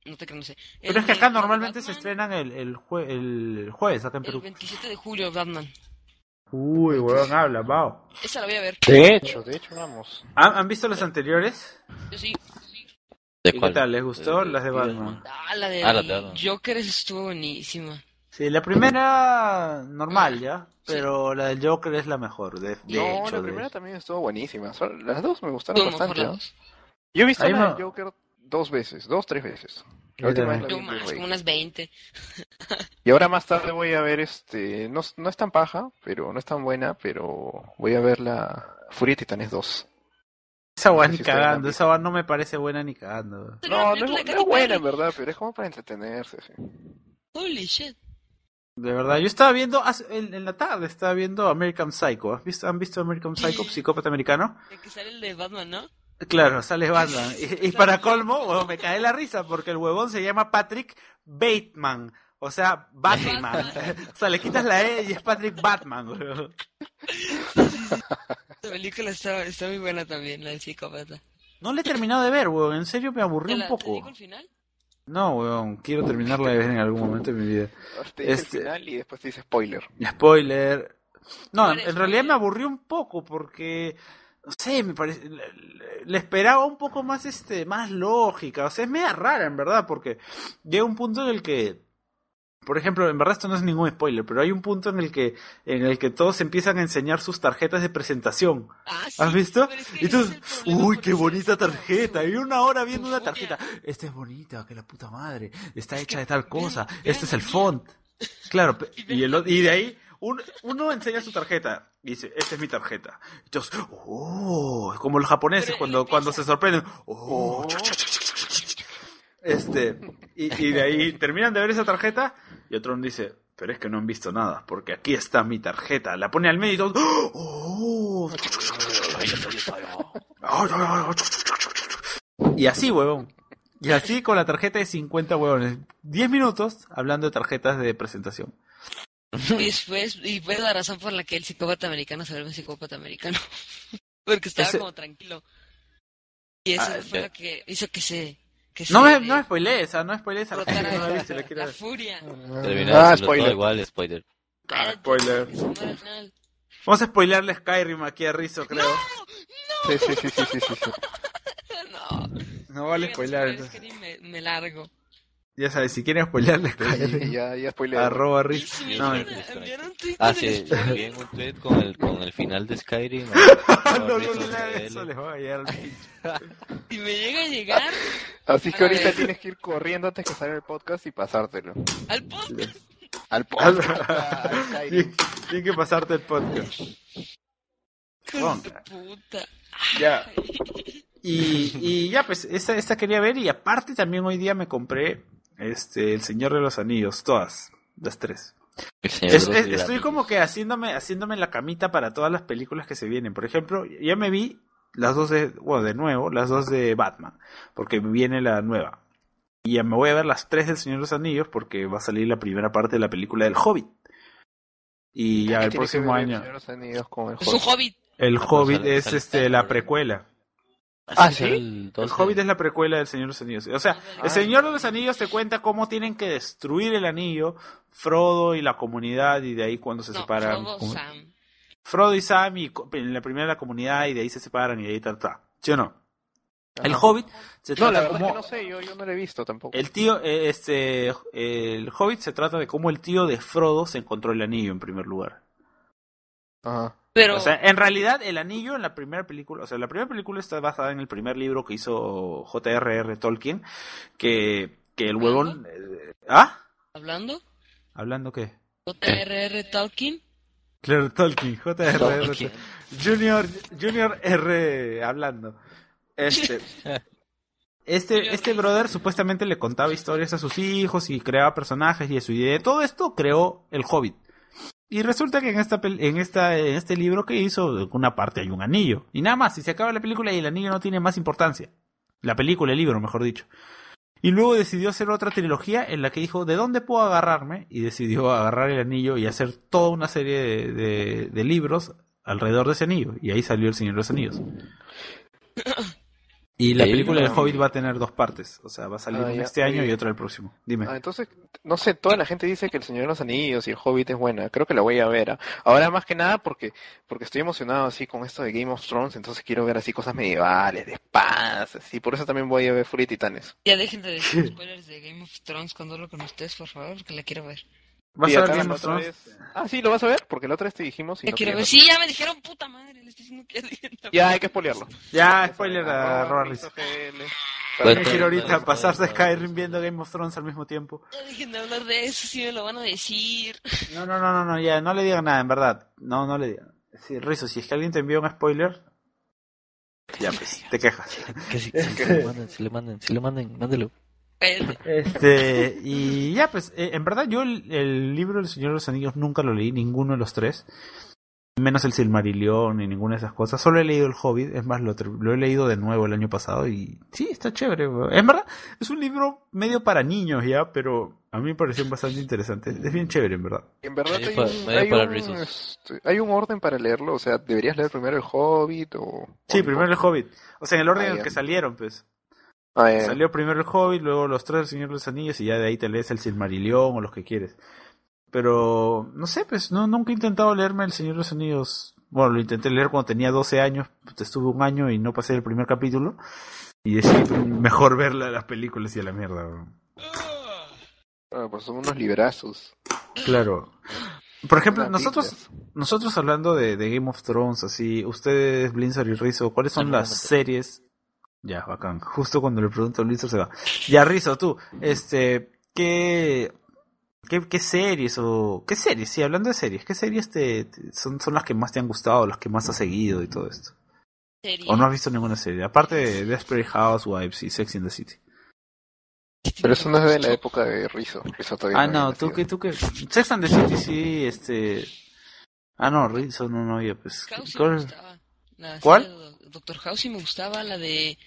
no te creo, no sé. El Pero es que acá de- normalmente se Batman, estrenan el, el, jue- el jueves acá en El Perú. 27 de julio, Batman. Uy, weón, habla, Bao. Esa la voy a ver. De hecho, de hecho, vamos. ¿Han, han visto las anteriores? Yo sí. ¿De ¿Y qué cuál? tal? ¿Les gustó? Eh, Las de Batman. Ah, la de, Ah, la de Batman. Joker esa estuvo buenísima. Sí, la primera normal ya, pero la del Joker es la mejor, de, de no, hecho. la de primera hecho. también estuvo buenísima. Son- Las dos me gustaron Estuvo mejor bastante. la ¿no? dos. Yo he visto Ahí la no- de Joker dos veces, dos, tres veces. Yo La última vez también. la vi Yo en más, Blu-ray. como unas 20. Y ahora más tarde voy a ver este. No, no es tan paja, pero no es tan buena, pero voy a ver la Furia de Titanes 2. Esa weá No sé ni si ustedes la han cagando, visto. esa weá no me parece buena ni cagando. Película No, no es, no de es Katy buena en Perry. verdad, pero es como para entretenerse. sí. Holy shit. De verdad, yo estaba viendo, hace- en, en la tarde estaba viendo American Psycho. ¿Has visto- ¿Han visto American Psycho, psicópata americano? De que sale el de Batman, ¿no? Claro, sale Batman. Y, y para colmo, huevón, me cae la risa porque el huevón se llama Patrick Bateman. O sea, Batman. o sea, le quitas la E y es Patrick Batman, huevón. Esta película está, está muy buena también, la del psicópata. No le he terminado de ver, huevón. En serio me aburrí ¿Te un la- te digo poco. el final? No, huevón. Quiero terminarla de ver en algún momento de mi vida. Te dice Este- el final y después te dice spoiler. Spoiler. No, No en, eres en realidad spoiler. me aburrió un poco porque, no sé, me parece, le, le- le esperaba un poco más, este, más lógica. O sea, es media rara, en verdad, porque llega un punto en el que, por ejemplo, en verdad esto no es ningún spoiler, pero hay un punto en el que, en el que todos empiezan a enseñar sus tarjetas de presentación. Ah, sí, ¿Has visto? pero es que Y tú, ese es el problema uy, con qué ese bonita tipo de tarjeta. Y juegos. una hora viendo una Euforia. tarjeta. Esta es bonita, que la puta madre. Está Es hecha que de tal vean- cosa. vean Este es la el mía. font. Claro, pe- Y y, el, o- y de ahí un- uno enseña su tarjeta. Y dice, esta es mi tarjeta. Y todos, oh, como los japoneses Pero cuando, lo cuando se piensan. sorprenden. Oh, chu, chu, chu, chu, chu, chu, chu". Este, y, y de ahí terminan de ver esa tarjeta y otro dice, pero es que no han visto nada, porque aquí está mi tarjeta. La pone al medio y todos, oh, y así, huevón. Y así con la tarjeta de 50 huevones. 10 minutos hablando de tarjetas de presentación. Y después, Pues, y fue la razón por la que el psicópata americano se vuelve un psicópata americano. Porque estaba Ese- como tranquilo. Y eso Ah, fue ya. lo que hizo que se. Que No se me, no me spoilees, ah, no spoilees a la gente que no la ha visto y la quiere la ver. furia. Terminaba ah, haciendo todo spoiler. igual, spoiler. Ah, spoiler. Que se muera al final. Vamos a spoilearle Skyrim aquí a Rizzo, creo. Sí, sí, sí, sí, sí, sí, sí. No. No vale Digan spoilear. entonces. spoilers, que ni me, me largo. Ya sabes, si quieren spoilearle Skyrim, Ya, ya spoiler. arroba Y Rizzo. si me No, me- enviaron- enviaron Twitter Ah, en sí, español. vi en un tweet con el, con el final de Skyrim. Ah, no, no, no, no, eso les va a llegar al pinche. Si me llega a llegar Así que A ahorita ver. tienes que ir corriendo antes que salga el podcast y pasártelo. al podcast. Al Tien- Tienen que pasarte el podcast. Con su puta. Ya. Y, y ya, pues, esta, esta quería ver. Y aparte, también hoy día me compré este El Señor de los Anillos, todas, las tres. Es- es- estoy como que haciéndome, haciéndome la camita para todas las películas que se vienen. Por ejemplo, ya me vi las dos de, bueno, de nuevo, las dos de Batman, porque viene la nueva. Y ya me voy a ver las tres del Señor de los Anillos porque va a salir la primera parte de la película del Hobbit. Y ya el próximo año. Los anillos con el Es un hobbit. El Hobbit sale- es sale este la Star-Lord. precuela. ¿Ah, es sí? el El 12. Hobbit es la precuela del Señor de los Anillos. O sea, el Señor de los Anillos te cuenta cómo tienen que destruir el anillo, Frodo y la comunidad, y de ahí cuando se No, separan. Frodo, ¿Cómo? Sam. Frodo y Sam y co- en la primera la comunidad, y de ahí se separan, y de ahí ta, ta. ¿Sí o no? El Ajá. Hobbit se No, trata la verdad como... es que no sé, yo, yo no lo he visto tampoco. El tío, eh, este, el Hobbit se trata de cómo el tío de Frodo se encontró el anillo en primer lugar. Ajá. Pero, O sea, en realidad el anillo en la primera película, o sea, la primera película está basada en el primer libro que hizo J.R.R. Tolkien, que, que el huevón... eh, ¿Ah? hablando, eh. ¿Hablando qué? J.R.R. Tolkien, Claro, Tolkien, J.R.R. Tolkien. Junior, Junior R hablando. Este. Este, este brother supuestamente le contaba historias a sus hijos y creaba personajes y de su idea. Todo esto creó el Hobbit. Y resulta que en esta pel- en esta en este libro que hizo, en una parte hay un anillo. Y nada más, y se acaba la película y el anillo no tiene más importancia. La película, el libro, mejor dicho. Y luego decidió hacer otra trilogía en la que dijo, ¿de dónde puedo agarrarme? Y decidió agarrar el anillo y hacer toda una serie de, de- de libros alrededor de ese anillo. Y ahí salió El Señor de los Anillos. Y la Ey, película del no. Hobbit va a tener dos partes. O sea, va a salir Ah, una ya. este año y Oye. otra el próximo. Dime. Ah, entonces, no sé, toda la gente dice que El Señor de los Anillos y El Hobbit es buena. Creo que la voy a ver. ¿ah? Ahora más que nada porque, porque estoy emocionado así con esto de Game of Thrones, entonces quiero ver así cosas medievales, de espadas, así. Por eso también voy a ver Furia de Titanes. ya dejen de decir spoilers de Game of Thrones cuando hablo con ustedes, por favor, porque la quiero ver. ¿Vas Sí, a ver acá Game la of otra Thrones? vez- Ah, sí, lo vas a ver porque la otra vez te dijimos y La no quiero ver. querías Sí, ya me dijeron puta madre, les estoy diciendo que ya dejen de ver. Ya hablar. hay que spoilearlo. Ya, Ah, spoiler a Rorris. Bueno, No quiero Pues, ahorita bueno, pasarse a bueno, Skyrim bueno. viendo Game of Thrones al mismo tiempo. Ya dejen de hablar de eso, si me lo van a decir. No, no, no, no, no, ya, no le digan nada, en verdad. No, no le digan. Sí, Rizo, si es que alguien te envió un spoiler, ya pues, te quejas. Que sí, que sí, sí le manden, sí le manden, sí le manden, mándelo. Cállate. Este, y ya, pues, eh, en verdad yo el, el libro del Señor de los Anillos nunca lo leí, ninguno de los tres. Menos el Silmarillion ni ninguna de esas cosas. Solo he leído el Hobbit, es más, lo, ter- lo he leído de nuevo el año pasado y sí, está chévere. weón. En verdad, es un libro medio para niños ya, pero a mí me pareció bastante interesante. Es bien chévere, en verdad. En verdad Medio hay, pa- un, medio hay, para un, rizos. este, hay un orden para leerlo, o sea, deberías leer primero el Hobbit o... Sí, o- primero el Hobbit. O sea, en el orden en el ya. que salieron, pues. Ah, ya. Salió primero el Hobbit, luego los tres del Señor de los Anillos y ya de ahí te lees el Silmarillion o los que quieres. Pero, no sé, pues no, nunca he intentado leerme el Señor de los Anillos. Bueno, lo intenté leer cuando tenía 12 años, puta, estuve un año y no pasé el primer capítulo. Y decidí mejor ver la- las películas y a la mierda. weón. Ah, pues son unos liberazos. Claro. Por ejemplo, Unas nosotros, Biblias. nosotros hablando de, de Game of Thrones, así, ustedes, Blinzer y Rizzo, ¿cuáles son las Absolutamente. series? Ya, bacán. Justo cuando le pregunto a Blinzer se va. Ya, Rizzo, tú, este, ¿qué, qué, qué series o, qué series? Sí, hablando de series, ¿qué series te, te- son, son las que más te han gustado, las que más has seguido y todo esto? Serie. Oh, ¿O no has visto ninguna serie? Aparte de Desperate Housewives y Sex in the City. Pero eso no es de la época de Rizzo. Rizzo todavía Ah, no, había tú nacido. que, tú que. Sex and the City, sí, este. Ah, no, Rizzo, no, no, ya, pues. House sí me ¿Cuál? gustaba. La ¿Cuál? serie de Doctor House sí me gustaba, la de...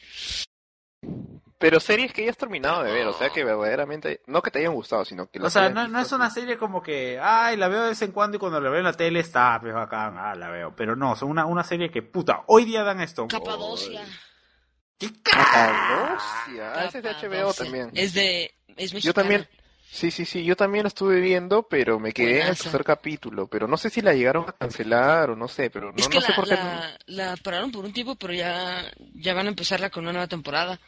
Pero series que ya has terminado de ver, o sea que verdaderamente... No que te hayan gustado, sino que... O las sea, hayas no, no visto es una así. serie como que, ay, la veo de vez en cuando y cuando la veo en la tele está, pues bacán, ah, la veo. Pero no, son una, una serie que, puta, hoy día dan Oh, esto. Capadocia. ¿Qué ca- Capadocia. Ah, ese es de HBO Capadocia. también. Es de... Es mexicana. Yo también... Sí, sí, sí, yo también lo estuve viendo, pero me quedé en el Buenaza. tercer capítulo, pero no sé si la llegaron a cancelar o no sé, pero no, Es que no sé la, por qué... la, la pararon por un tiempo, pero ya, ya van a empezarla con una nueva temporada.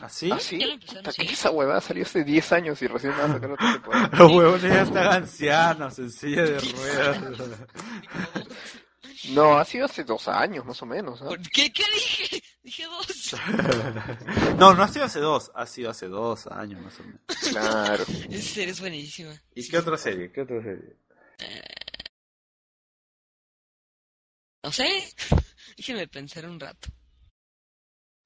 ¿Así? ¿Ah, sí? Ya la empezaron, Puta, sí. que Esa huevada salió hace 10 años y recién van a sacar otra temporada. Los huevones ya están ancianos, en silla de ruedas. No, ha sido hace dos años, más o menos. ¿ah? ¿Qué, qué dije? Dije dos. No, no ha sido hace dos, ha sido hace dos años más o menos. Claro. Esa serie es buenísima. ¿Y qué otra serie? ¿Qué otra serie? No sé. Déjenme pensar un rato.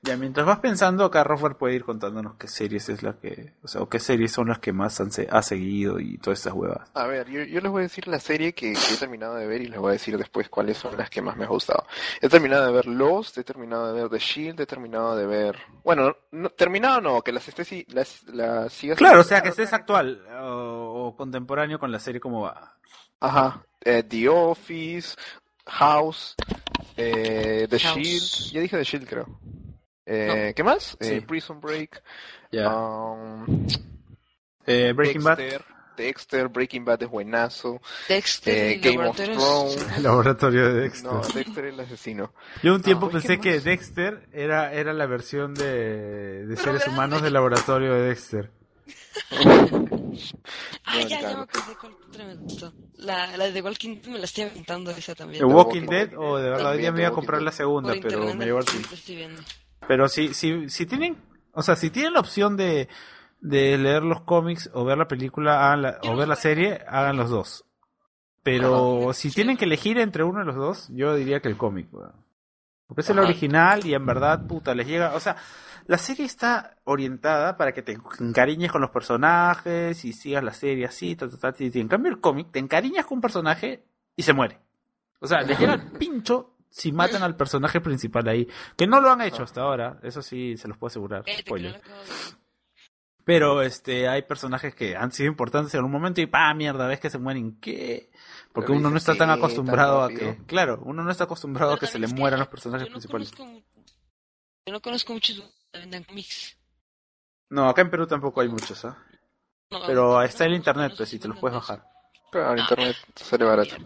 Ya, mientras vas pensando, acá Rofer puede ir contándonos qué series es la que, o sea, o qué series son las que más han se- ha seguido y todas estas huevas. A ver, yo, yo les voy a decir la serie que, que he terminado de ver y les voy a decir después cuáles son las que más me ha gustado. He terminado de ver Lost, he terminado de ver The Shield, he terminado de ver... Bueno, no, terminado no, que las, esté, si- las, las sigas... Claro, o sea, que estés actual o, o contemporáneo con la serie como va. Ajá. Eh, The Office, House, eh, The House. Shield. Ya dije The Shield, creo. Eh, ¿Qué más? Sí. Eh, Prison Break. Ya. um, Eh, Breaking Dexter, Dexter, Breaking Bad es buenazo. Dexter, eh, el Game of laboratorio- Thrones. Bad. El laboratorio de Dexter. No, Dexter el asesino. Yo un tiempo No, ¿y qué pensé que más? Dexter era, era la versión de, de seres grande. humanos del laboratorio de Dexter. Ah, No, ya, ya claro. me acordé cuál otra me gustó. La, la de Walking Dead me la estoy aventando esa The también. Walking Walking Dead. Dead, o de verdad hoy día También me iba a The comprar Walking la Dead. segunda, Por pero internet, me llegó al sí, fin. la estoy viendo. Pero si, si, si tienen, o sea, si tienen la opción de, de leer los cómics o ver la película hagan la- Yo o no Ah, ver la sé. serie, hagan los dos. Pero Ajá. si Sí. tienen que elegir entre uno de los dos, yo diría que el cómic, weón. Porque es el Ajá. original y en verdad, puta, les llega, o sea, la serie está orientada para que te encariñes con los personajes y sigas la serie así, ta, ta, ta, ti, ti. En cambio, el cómic, te encariñas con un personaje y se muere. O sea, les llega el pincho si matan al personaje principal ahí. Que no lo han hecho hasta ahora, eso sí se los puedo asegurar. Eh, te spoiler. creo que- Pero este hay personajes que han sido importantes en un momento y pa mierda, ves que se mueren, ¿qué? Porque Pero uno no dices, está tan "Sí, acostumbrado tan a que, rápido". claro, uno no está acostumbrado a Pero que se también le es que mueran los yo personajes no principales. conozco mu- yo no conozco muchos que vendan cómics. No, acá en Perú tampoco hay muchos, ¿ah? No, Pero no está en conozco, internet, no pues sé si te los vendan puedes eso. bajar. Claro, en internet sale barato.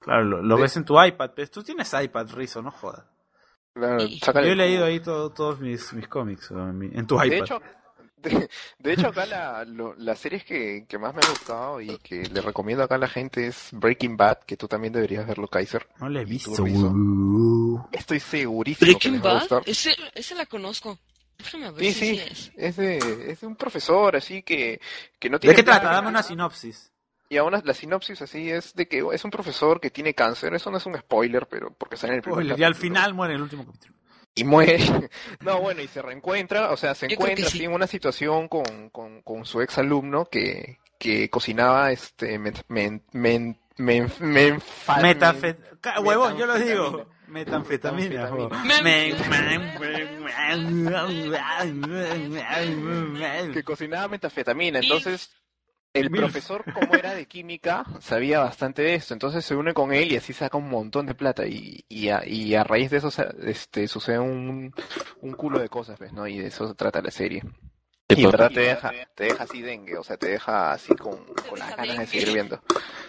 Claro, lo, lo Sí. ves en tu iPad, pues tú tienes iPad, Rizo, no jodas. Claro, Sí. sácale- Yo he leído ahí todo- todos mis, mis cómics o en, mi- en tu De iPad. hecho, de, de hecho acá la, lo- las series que, que más me han gustado y que le recomiendo acá a la gente es Breaking Bad, que tú también deberías verlo, Kaiser. no lo he ¿y tú, visto. Rizo? weón. Estoy segurísimo que Breaking les va a Bad, gustar. ese, ese la conozco. Déjame ver si Sí, sí, sí es. es de, es de un profesor así que, que no tiene... ¿De qué trata? plan, Dame una nada. sinopsis. Y aún la sinopsis así es de que es un profesor que tiene cáncer, eso no es un spoiler, pero porque sale en el primer Spoiler, y al capítulo. final muere el último capítulo. Y muere. No, bueno, y se reencuentra, o sea, se Yo creo que encuentra sí. así en una situación con, con, con su ex alumno que, que cocinaba este men, men, men, men- menfa- men- Metafet... ca- Huevón, yo lo metanfetamina. digo. Metanfetamina. Metanfetamina. huevón. Men- que cocinaba metafetamina. Entonces, el Milf. profesor, como era de química, sabía bastante de esto. Entonces se une con él y así saca un montón de plata. Y, y, a, y a raíz de eso sa- este, sucede un, un culo de cosas, ¿ves? ¿no? Y de eso se trata la serie. Y pues. en verdad te deja, te deja así dengue, o sea, te deja así con, con las ganas de seguir viendo.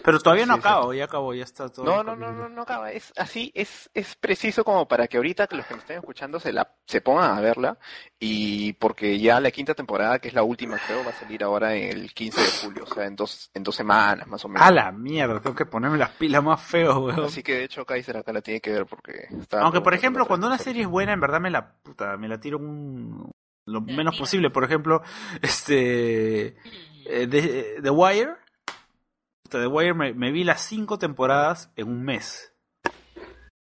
Pero todavía no Sí, sí. acabo, ya acabó, ya está todo. No, no, no, no, no acaba. Es así, es, es preciso como para que ahorita que los que me estén escuchando se la se pongan a verla y porque ya la quinta temporada, que es la última creo, va a salir ahora el 15 de julio, o sea, en dos en dos semanas más o menos. A la mierda, tengo que ponerme las pilas más feos, weón. Así que de hecho Kaiser acá la tiene que ver porque está Aunque, por preguntando la ejemplo, otra cuando una vez. serie es buena, en verdad me la puta, me la tiro un... lo menos posible. Por ejemplo, este... eh, The, The Wire. Puta, The Wire me, me vi las cinco temporadas en un mes.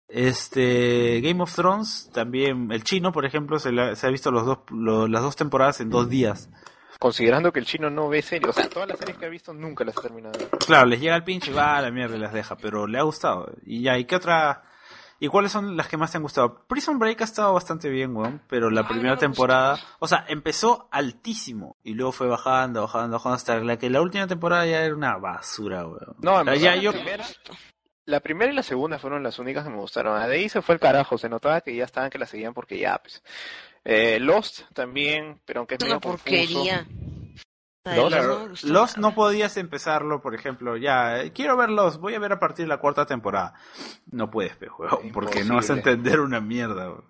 Este Game of Thrones también el chino por ejemplo se, la- se ha visto los dos lo- las dos temporadas en dos días considerando que el chino no ve series, o sea, todas las series que ha visto nunca las ha terminado. de ver. claro les llega el pinche y va a la mierda y las deja pero le ha gustado y ya y qué otra y cuáles son las que más te han gustado Prison Break ha estado bastante bien weón pero la Ah, primera no me temporada o sea empezó altísimo y luego fue bajando bajando bajando hasta la que la última temporada ya era una basura weón No, en O sea, ya verdad, yo la primera- La primera y la segunda fueron las únicas que me gustaron. De ahí se fue el carajo. Se notaba que ya estaban que la seguían porque ya, pues. Eh, Lost también, pero aunque es Es medio una porquería. Ay, Lost, Lost Claro, me gustó Lost nada. no podías empezarlo, por ejemplo, ya, eh, quiero ver Lost, voy a ver a partir de la cuarta temporada. No puedes, pe, huevón, porque no vas a Imposible. entender una mierda. huevón.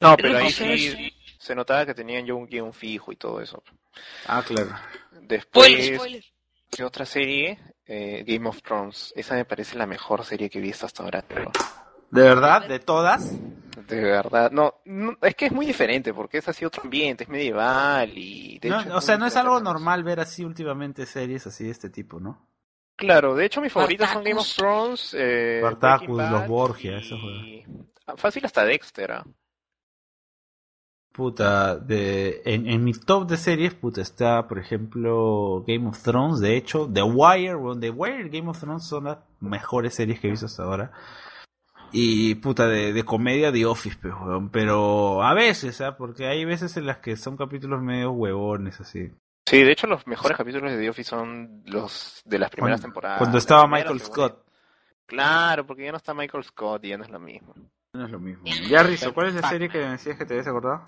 No, pero ahí Pero sí se notaba que tenían yo un guión fijo y todo eso. Ah, claro. Spoiler, Pues- Después, spoiler. ¿qué otra serie? Eh, Game of Thrones. Esa me parece la mejor serie que he visto hasta ahora. creo. ¿De verdad? ¿De todas? De verdad. No, no, es que es muy diferente porque es así otro ambiente, es medieval y... de No, hecho, o sea, no es algo muy- normal ver así últimamente series así de este tipo, ¿no? Claro, de hecho mis favoritas son Game of Spartacus. Thrones, eh, Spartacus, Breaking Bad los Borgia, esos y... Fácil hasta Dexter. ¿ah? Puta, de, en, en mi top de series, puta, está, por ejemplo, Game of Thrones, de hecho, The Wire, weón, The Wire y Game of Thrones son las mejores series que he visto hasta ahora. Y, puta, de, de comedia The Office, pues, weón, pero a veces, ¿ah? Porque hay veces en las que son capítulos medio huevones, así. Sí, de hecho los mejores capítulos de The Office son los de las primeras Cuando- temporadas. Cuando la estaba primera, Michael segunda. Scott. Claro, porque ya no está Michael Scott y ya no es lo mismo. No es lo mismo. Ya, Rizzo, ¿cuál es la serie que me decías que te habías acordado?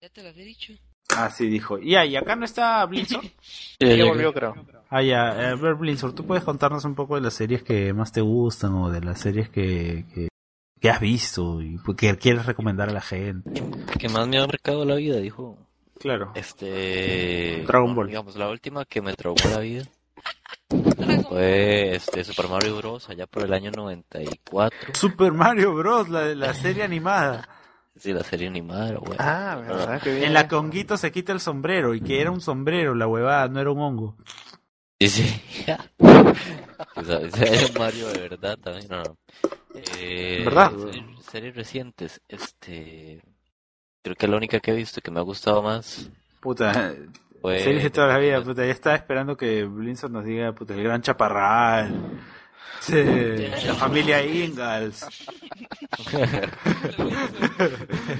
Ya te lo había dicho. Ah, sí, dijo. Ya, y acá no está Blinzor. Eh, Ya volvió, creo. Ah, ya. eh, A ver, Blinzor, ¿tú puedes contarnos un poco de las series que más te gustan o de las series que, que, que has visto y pues, que quieres recomendar a la gente? Que más me ha marcado la vida, dijo. Claro. Este. Dragon Ball. Digamos, la última que me traumó la vida fue este, Super Mario Bros. allá por el año 94. Super Mario Bros., la, la serie animada. Sí, la serie animada era buena. Ah, verdad, que bien. En la Conguito se quita el sombrero y que era un sombrero, la huevada, no era un hongo. Sí, sí. O sea, ese es Mario de verdad también, no, no. Eh, ¿Verdad? Series, series recientes, este... Creo que la única que he visto que me ha gustado más Puta, fue... series de toda la vida, puta. Ya estaba esperando que Blinson nos diga, puta, el gran chaparral. Sí, la familia Ingalls.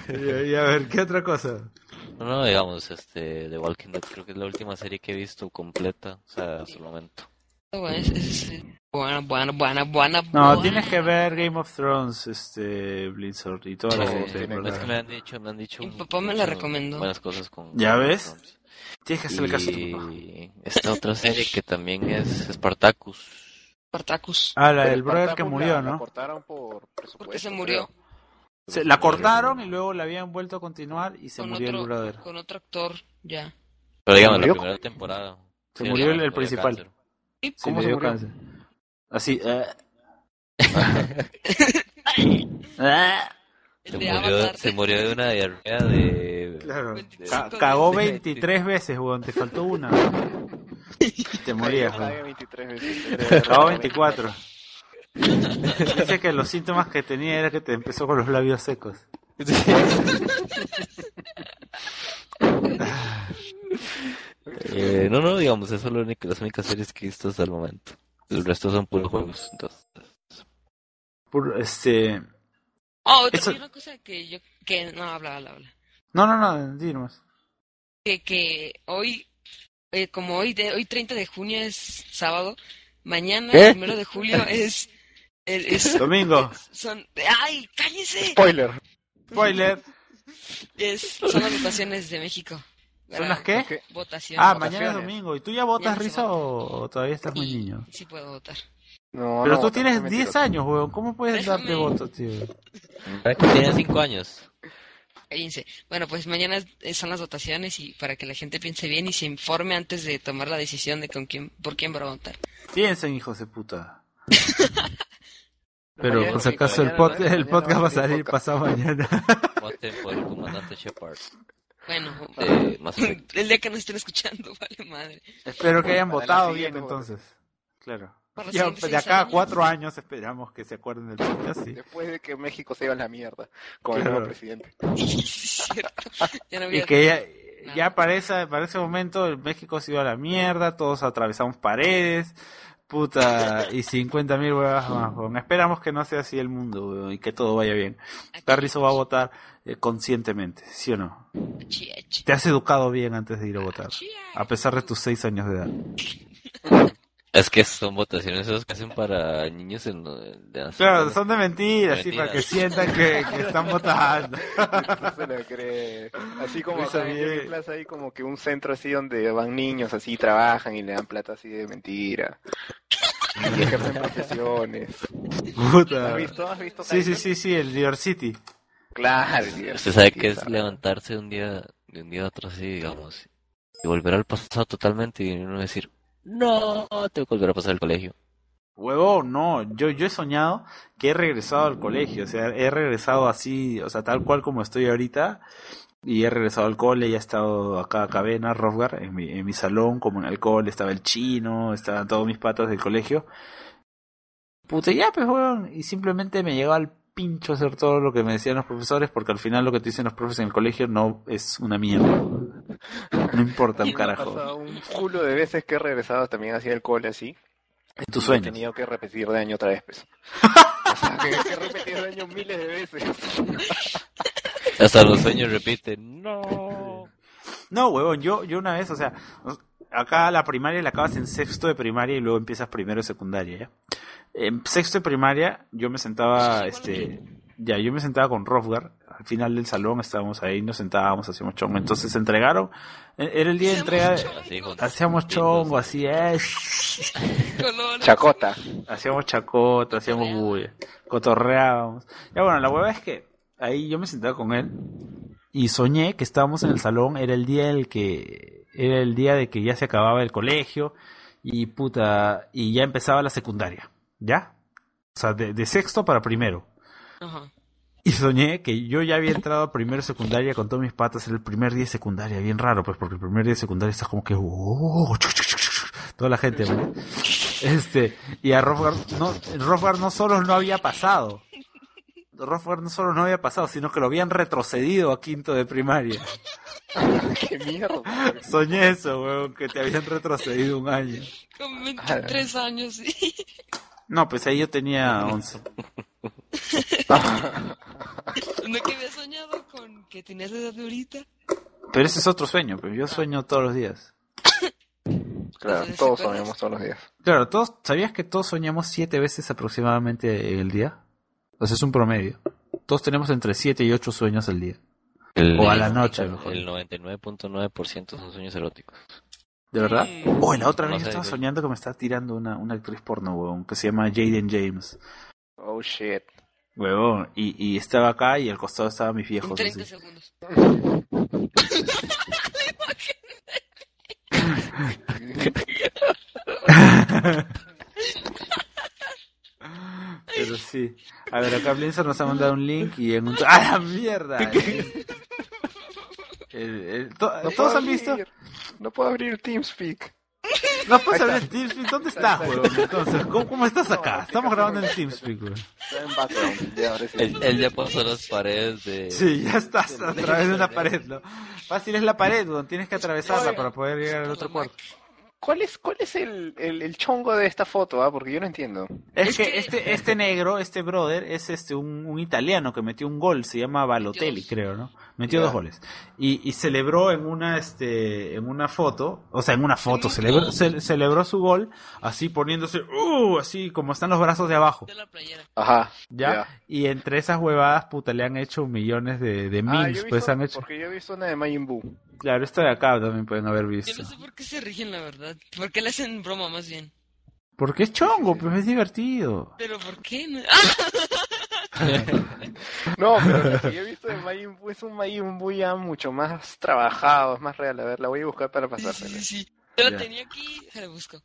y, y a ver, ¿qué otra cosa? No, no, digamos, este, The Walking Dead creo que es la última serie que he visto completa, o sea, hasta el momento. Es, es- es- buena, buena, buena, buena. No, buena. tienes que ver Game of Thrones, este, Blizzard y todas las que Eh, te es tiene que me encontrarás. han dicho, me han dicho... Mi un- papá me la mucho recomendó. Buenas cosas con... ¿Ya con ves? Trump. Tienes que hacerle caso a tu papá. Y esta otra serie que también es Spartacus. Spartacus. Ah, la Pero del brother que Spartacus murió, la- la ¿no? cortaron por presupuesto, Porque se murió. creo. Se- la cortaron y luego la habían vuelto a continuar y se con murió el brother. otro, con otro actor, ya. Pero digamos, la murió? primera temporada. Se Sí, murió el- le el dio principal. cáncer. Sí, ¿Cómo le se dio murió? cáncer. Así, eh. Se El de murió, Avatar. se murió de una diarrea de... Claro. 25 Ca- cagó veces. 23 veces, weón. Te faltó una. Te morías, Cayó weón. 23 veces. Cagó 24. Dice que los síntomas que tenía era que te empezó con los labios secos. Eh, no, no, digamos, eso es lo único, las únicas series que he visto hasta el momento. El resto son puros juegos, entonces... Por, este... Oh, otra- Eso- hay una cosa que yo... Que, no, habla, habla, habla. No, no, no, di nomás. Que, que hoy, eh, como hoy, de, hoy 30 de junio es sábado, mañana, ¿Qué? el primero de julio, es... el- es Domingo, son, ¡Ay, cállese! Spoiler. spoiler. Es, son las votaciones de México. ¿Son las qué? ¿Qué? Votaciones. Ah, votaciones. mañana es domingo. ¿Y tú ya Ya votas, no se Risa, vota. o, o todavía estás muy Y- niño? Sí puedo votar. No, Pero no, tú tampoco tienes es 10 mentiroso. años, weón. ¿Cómo puedes Déjame. darte voto, tío? ¿Verdad que tiene cinco años? Cállense. Bueno, pues mañana eh, son las votaciones y para que la gente piense bien y se informe antes de tomar la decisión de con quién, por quién va a votar. Piensen, hijos de puta. Mañana Pero es por si domingo, acaso el, mañana pod- no, el mañana podcast va a salir salir podcast. pasado mañana. Voten por el comandante Shepard. Bueno, Eh, más efecto. el día que nos estén escuchando, vale madre. Espero que hayan Para la votado siguiente bien voto. entonces. Claro. Para los Ya, pues siguientes de seis acá a años. cuatro años esperamos que se acuerden del podcast. sí. Después de que México se iba a la mierda con el Claro. nuevo presidente. Sí, es cierto. Ya no voy Y a- que ya, ya para, esa- para ese momento el México se iba a la mierda, todos atravesamos paredes, puta, y 50 mil huevas más. weón. Esperamos que no sea así el mundo weón, y que todo vaya bien. Carrizo va a votar eh, conscientemente, ¿sí o no? Achi, achi, Te has educado bien antes de ir a votar, achi, a pesar de tus seis años de edad. Es que son votaciones esas que hacen para niños en, de las- Claro, son de mentiras, De sí, para que mentiras. sientan que, que están votando. No se lo cree. Así como Luisa acá en Miguel. Jockey Plaza hay como que un centro así donde van niños así, trabajan y le dan plata así de mentira. Y ejercen profesiones. ¿Has Puta. visto? ¿Has visto? Sí, sí, Tyson? sí, sí, el Dior City. Claro. Dios, Usted sabe sí, que es sabe. levantarse un día, de un día a otro así, digamos, y volver al pasado totalmente y uno decir, no, tengo que volver a pasar el colegio. Huevo, no, yo, yo he soñado que he regresado al colegio, o sea, he regresado así, o sea, tal cual como estoy ahorita, y he regresado al cole, y he estado acá, acabé en Rosgar, en mi, en mi salón, como en el cole, estaba el chino, estaban todos mis patas del colegio. Puta, ya, pues, huevón, y simplemente me llegaba al pincho hacer todo lo que me decían los profesores, porque al final lo que te dicen los profes en el colegio no es una mierda. No importa un Me ha carajo. pasado un culo de veces que he regresado también hacia el cole así. Es tu He sueño. tenido que repetir de año otra vez, pues. O sea, que que he repetido de año miles de veces. Hasta los sueños repiten, no. No, huevón, yo, yo una vez, o sea, nos- acá la primaria la acabas en sexto de primaria y luego empiezas primero de secundaria, ¿ya? en sexto de primaria yo me sentaba, Eso es igual este, ya, yo me sentaba con Rofgar. Al final del salón estábamos ahí, nos sentábamos, hacíamos chongo. Entonces se entregaron, e- era el día de entrega, Hacíamos Así, con- hacíamos chongo, así eh, es. Colores. Chacota. Hacíamos chacota, hacíamos bulla, cotorreábamos. Ya bueno, la hueva es que ahí yo me sentaba con él y soñé que estábamos en el salón, era el día el que era el día de que ya se acababa el colegio y puta y ya empezaba la secundaria, ¿ya? O sea, de, de sexto para primero. Ajá. Y soñé que yo ya había entrado a primero de secundaria con todos mis patas, era el primer día de secundaria, bien raro, pues porque el primer día de secundaria estás como que "Oh", chuc, chuc, chuc, chuc, toda la gente, ¿no? Este, y a Rothgar no, Rothgar no solo no había pasado. Rothgar no solo no había pasado, sino que lo habían retrocedido a quinto de primaria. Qué mierda. Soñé eso, weón, que te habían retrocedido un año. Con 23 años. sí. No, pues ahí yo tenía 11. ¿No que había soñado con que tenías la edad de ahorita? Pero ese es otro sueño, pero yo sueño todos los días. Claro, Entonces, todos ¿se acuerdan? soñamos todos los días. Claro, todos, ¿sabías que todos soñamos siete veces aproximadamente el día? O sea, es un promedio. Todos tenemos entre siete y ocho sueños al día. El- O a la noche, mejor. El 99.9% son sueños eróticos. ¿De verdad? Mm. Oh, y la otra No vez yo sé, estaba güey. soñando que me estaba tirando una, una actriz porno, huevón, que se llama Jaden James. Oh shit. Huevón, y, y estaba acá y al costado estaban mis En viejos. 30 así. segundos. Pero sí. A ver, acá Blinzer nos ha mandado un link y en un... ¡Ah, la mierda! El- el- to- No ¿Todos puedo han visto? abrir. No puedo abrir TeamSpeak. No puedes abrir TeamSpeak. ¿Dónde estás, huevón? Entonces, ¿cómo, cómo estás acá? Estamos grabando en TeamSpeak, huevón. Está en background. Ya, ahora sí. Él, él ya pasó las paredes de... Sí, ya estás a través de una pared, ¿no? Fácil es la pared, weón. Tienes que atravesarla para poder llegar al otro cuarto. ¿Cuál es, cuál es el, el, el chongo de esta foto? ah? Porque yo no entiendo. Es que este, este negro, este brother, es este un, un italiano que metió un gol, se llama Balotelli, Dios. creo, ¿no? Metió Ya. dos goles. Y, y celebró en una, este, en una foto, o sea, en una foto, celebró, ce- celebró su gol, así poniéndose, uh, así como están los brazos de abajo. De la playera. Ajá. ¿Ya? Ya. Y entre esas huevadas, puta, le han hecho millones de, de Ah, yo he memes, visto- pues han hecho. Porque yo he visto una de Majin Buu. Claro, esto de acá también pueden haber Yo visto. no sé por qué se rigen, la verdad. ¿Por qué le hacen broma más bien? Porque es chongo, pues es divertido. ¿Pero por qué? no? ¡Ah! No, pero lo que yo he visto de Majin Buu es un Majin Buu ya mucho más trabajado, es más real. A ver, la voy a buscar para ah, Sí, sí, pasársela. sí, sí. Yo Ya. la tenía aquí, se la busco.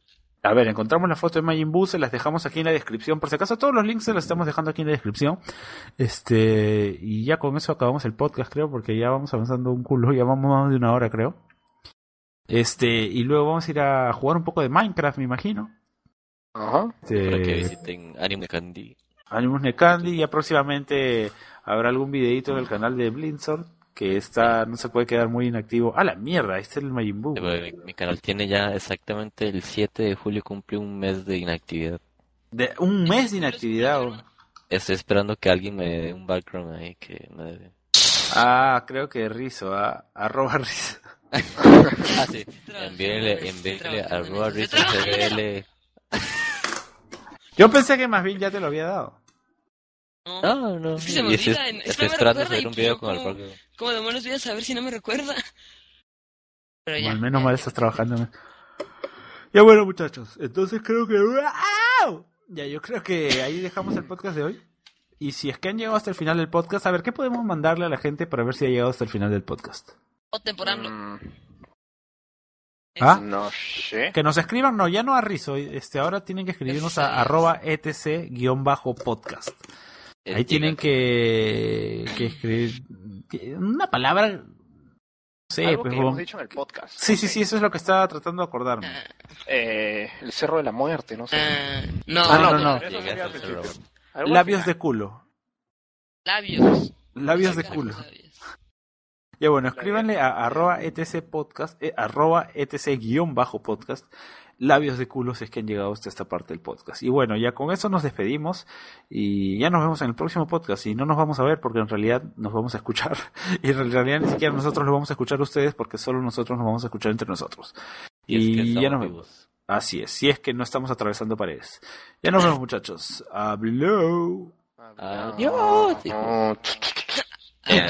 A ver, encontramos la foto de Majin Buu, se las dejamos aquí en la descripción. Por si acaso, todos los links se los estamos dejando aquí en la descripción. Este, y ya con eso acabamos el podcast, creo, porque ya vamos avanzando un culo, ya vamos más de una hora, creo. Este, y luego vamos a ir a jugar un poco de Minecraft, me imagino. Ajá. Para que Este, visiten Anime Candy. Animus Necandi, ya próximamente habrá algún videito del canal de Blindsword, que está, no se puede quedar muy inactivo. ¡A la mierda! Este es el Majin Buu. Mi, mi canal tiene ya exactamente el 7 de julio, cumple un mes de inactividad. De un mes de inactividad. weón. Estoy esperando que alguien me dé un background ahí que me dé. Ah, creo que Rizo, ah, arroba Rizo. Ah, sí. Envíenle, envíenle a arroba Rizzo CBL. Yo pensé que más bien ya te lo había dado. No. Ah. No, no. Es que se me y estoy, olvida, en- es que estoy no me esperando recuerda y hacer un pues video yo con el como- background. ¿Cómo demonios voy a saber si no me recuerda? Pero ya. Al menos mal estás trabajando. Ya bueno, muchachos. Entonces creo que. ¡Au! Ya, yo creo que ahí dejamos el podcast de hoy. Y si es que han llegado hasta el final del podcast, a ver, ¿qué podemos mandarle a la gente para ver si ha llegado hasta el final del podcast? O temporando. Mm, ¿Ah? No sé. Que nos escriban, no, ya no a Rizo. Este, ahora tienen que escribirnos a arroba etc-podcast. Ahí tienen que, que escribir que- una palabra. No sé, Algo pues, que huevón. hemos dicho en el podcast. Sí, sí, sí, eso es lo que estaba tratando de acordarme. Ah, Eh, el cerro de la muerte, no sé. ah, no, Ah, no, pero no. Eh, eso Llegaste sería al cerro. principio. Algo Labios al de culo. Labios. Labios de Sacar culo. los labios. Ya bueno, escríbanle a arroba etc podcast, eh, arroba etc guión bajo podcast, labios de culo si es que han llegado hasta esta parte del podcast. Y bueno, ya con eso nos despedimos y ya nos vemos en el próximo podcast. Y no nos vamos a ver porque en realidad nos vamos a escuchar. Y en realidad ni siquiera nosotros lo vamos a escuchar a ustedes porque solo nosotros nos vamos a escuchar entre nosotros. Y es que Y ya estamos nos vivos. Así es, si es que no estamos atravesando paredes. Ya nos vemos, muchachos. Habló. Ah. Adiós. hijo. Eh,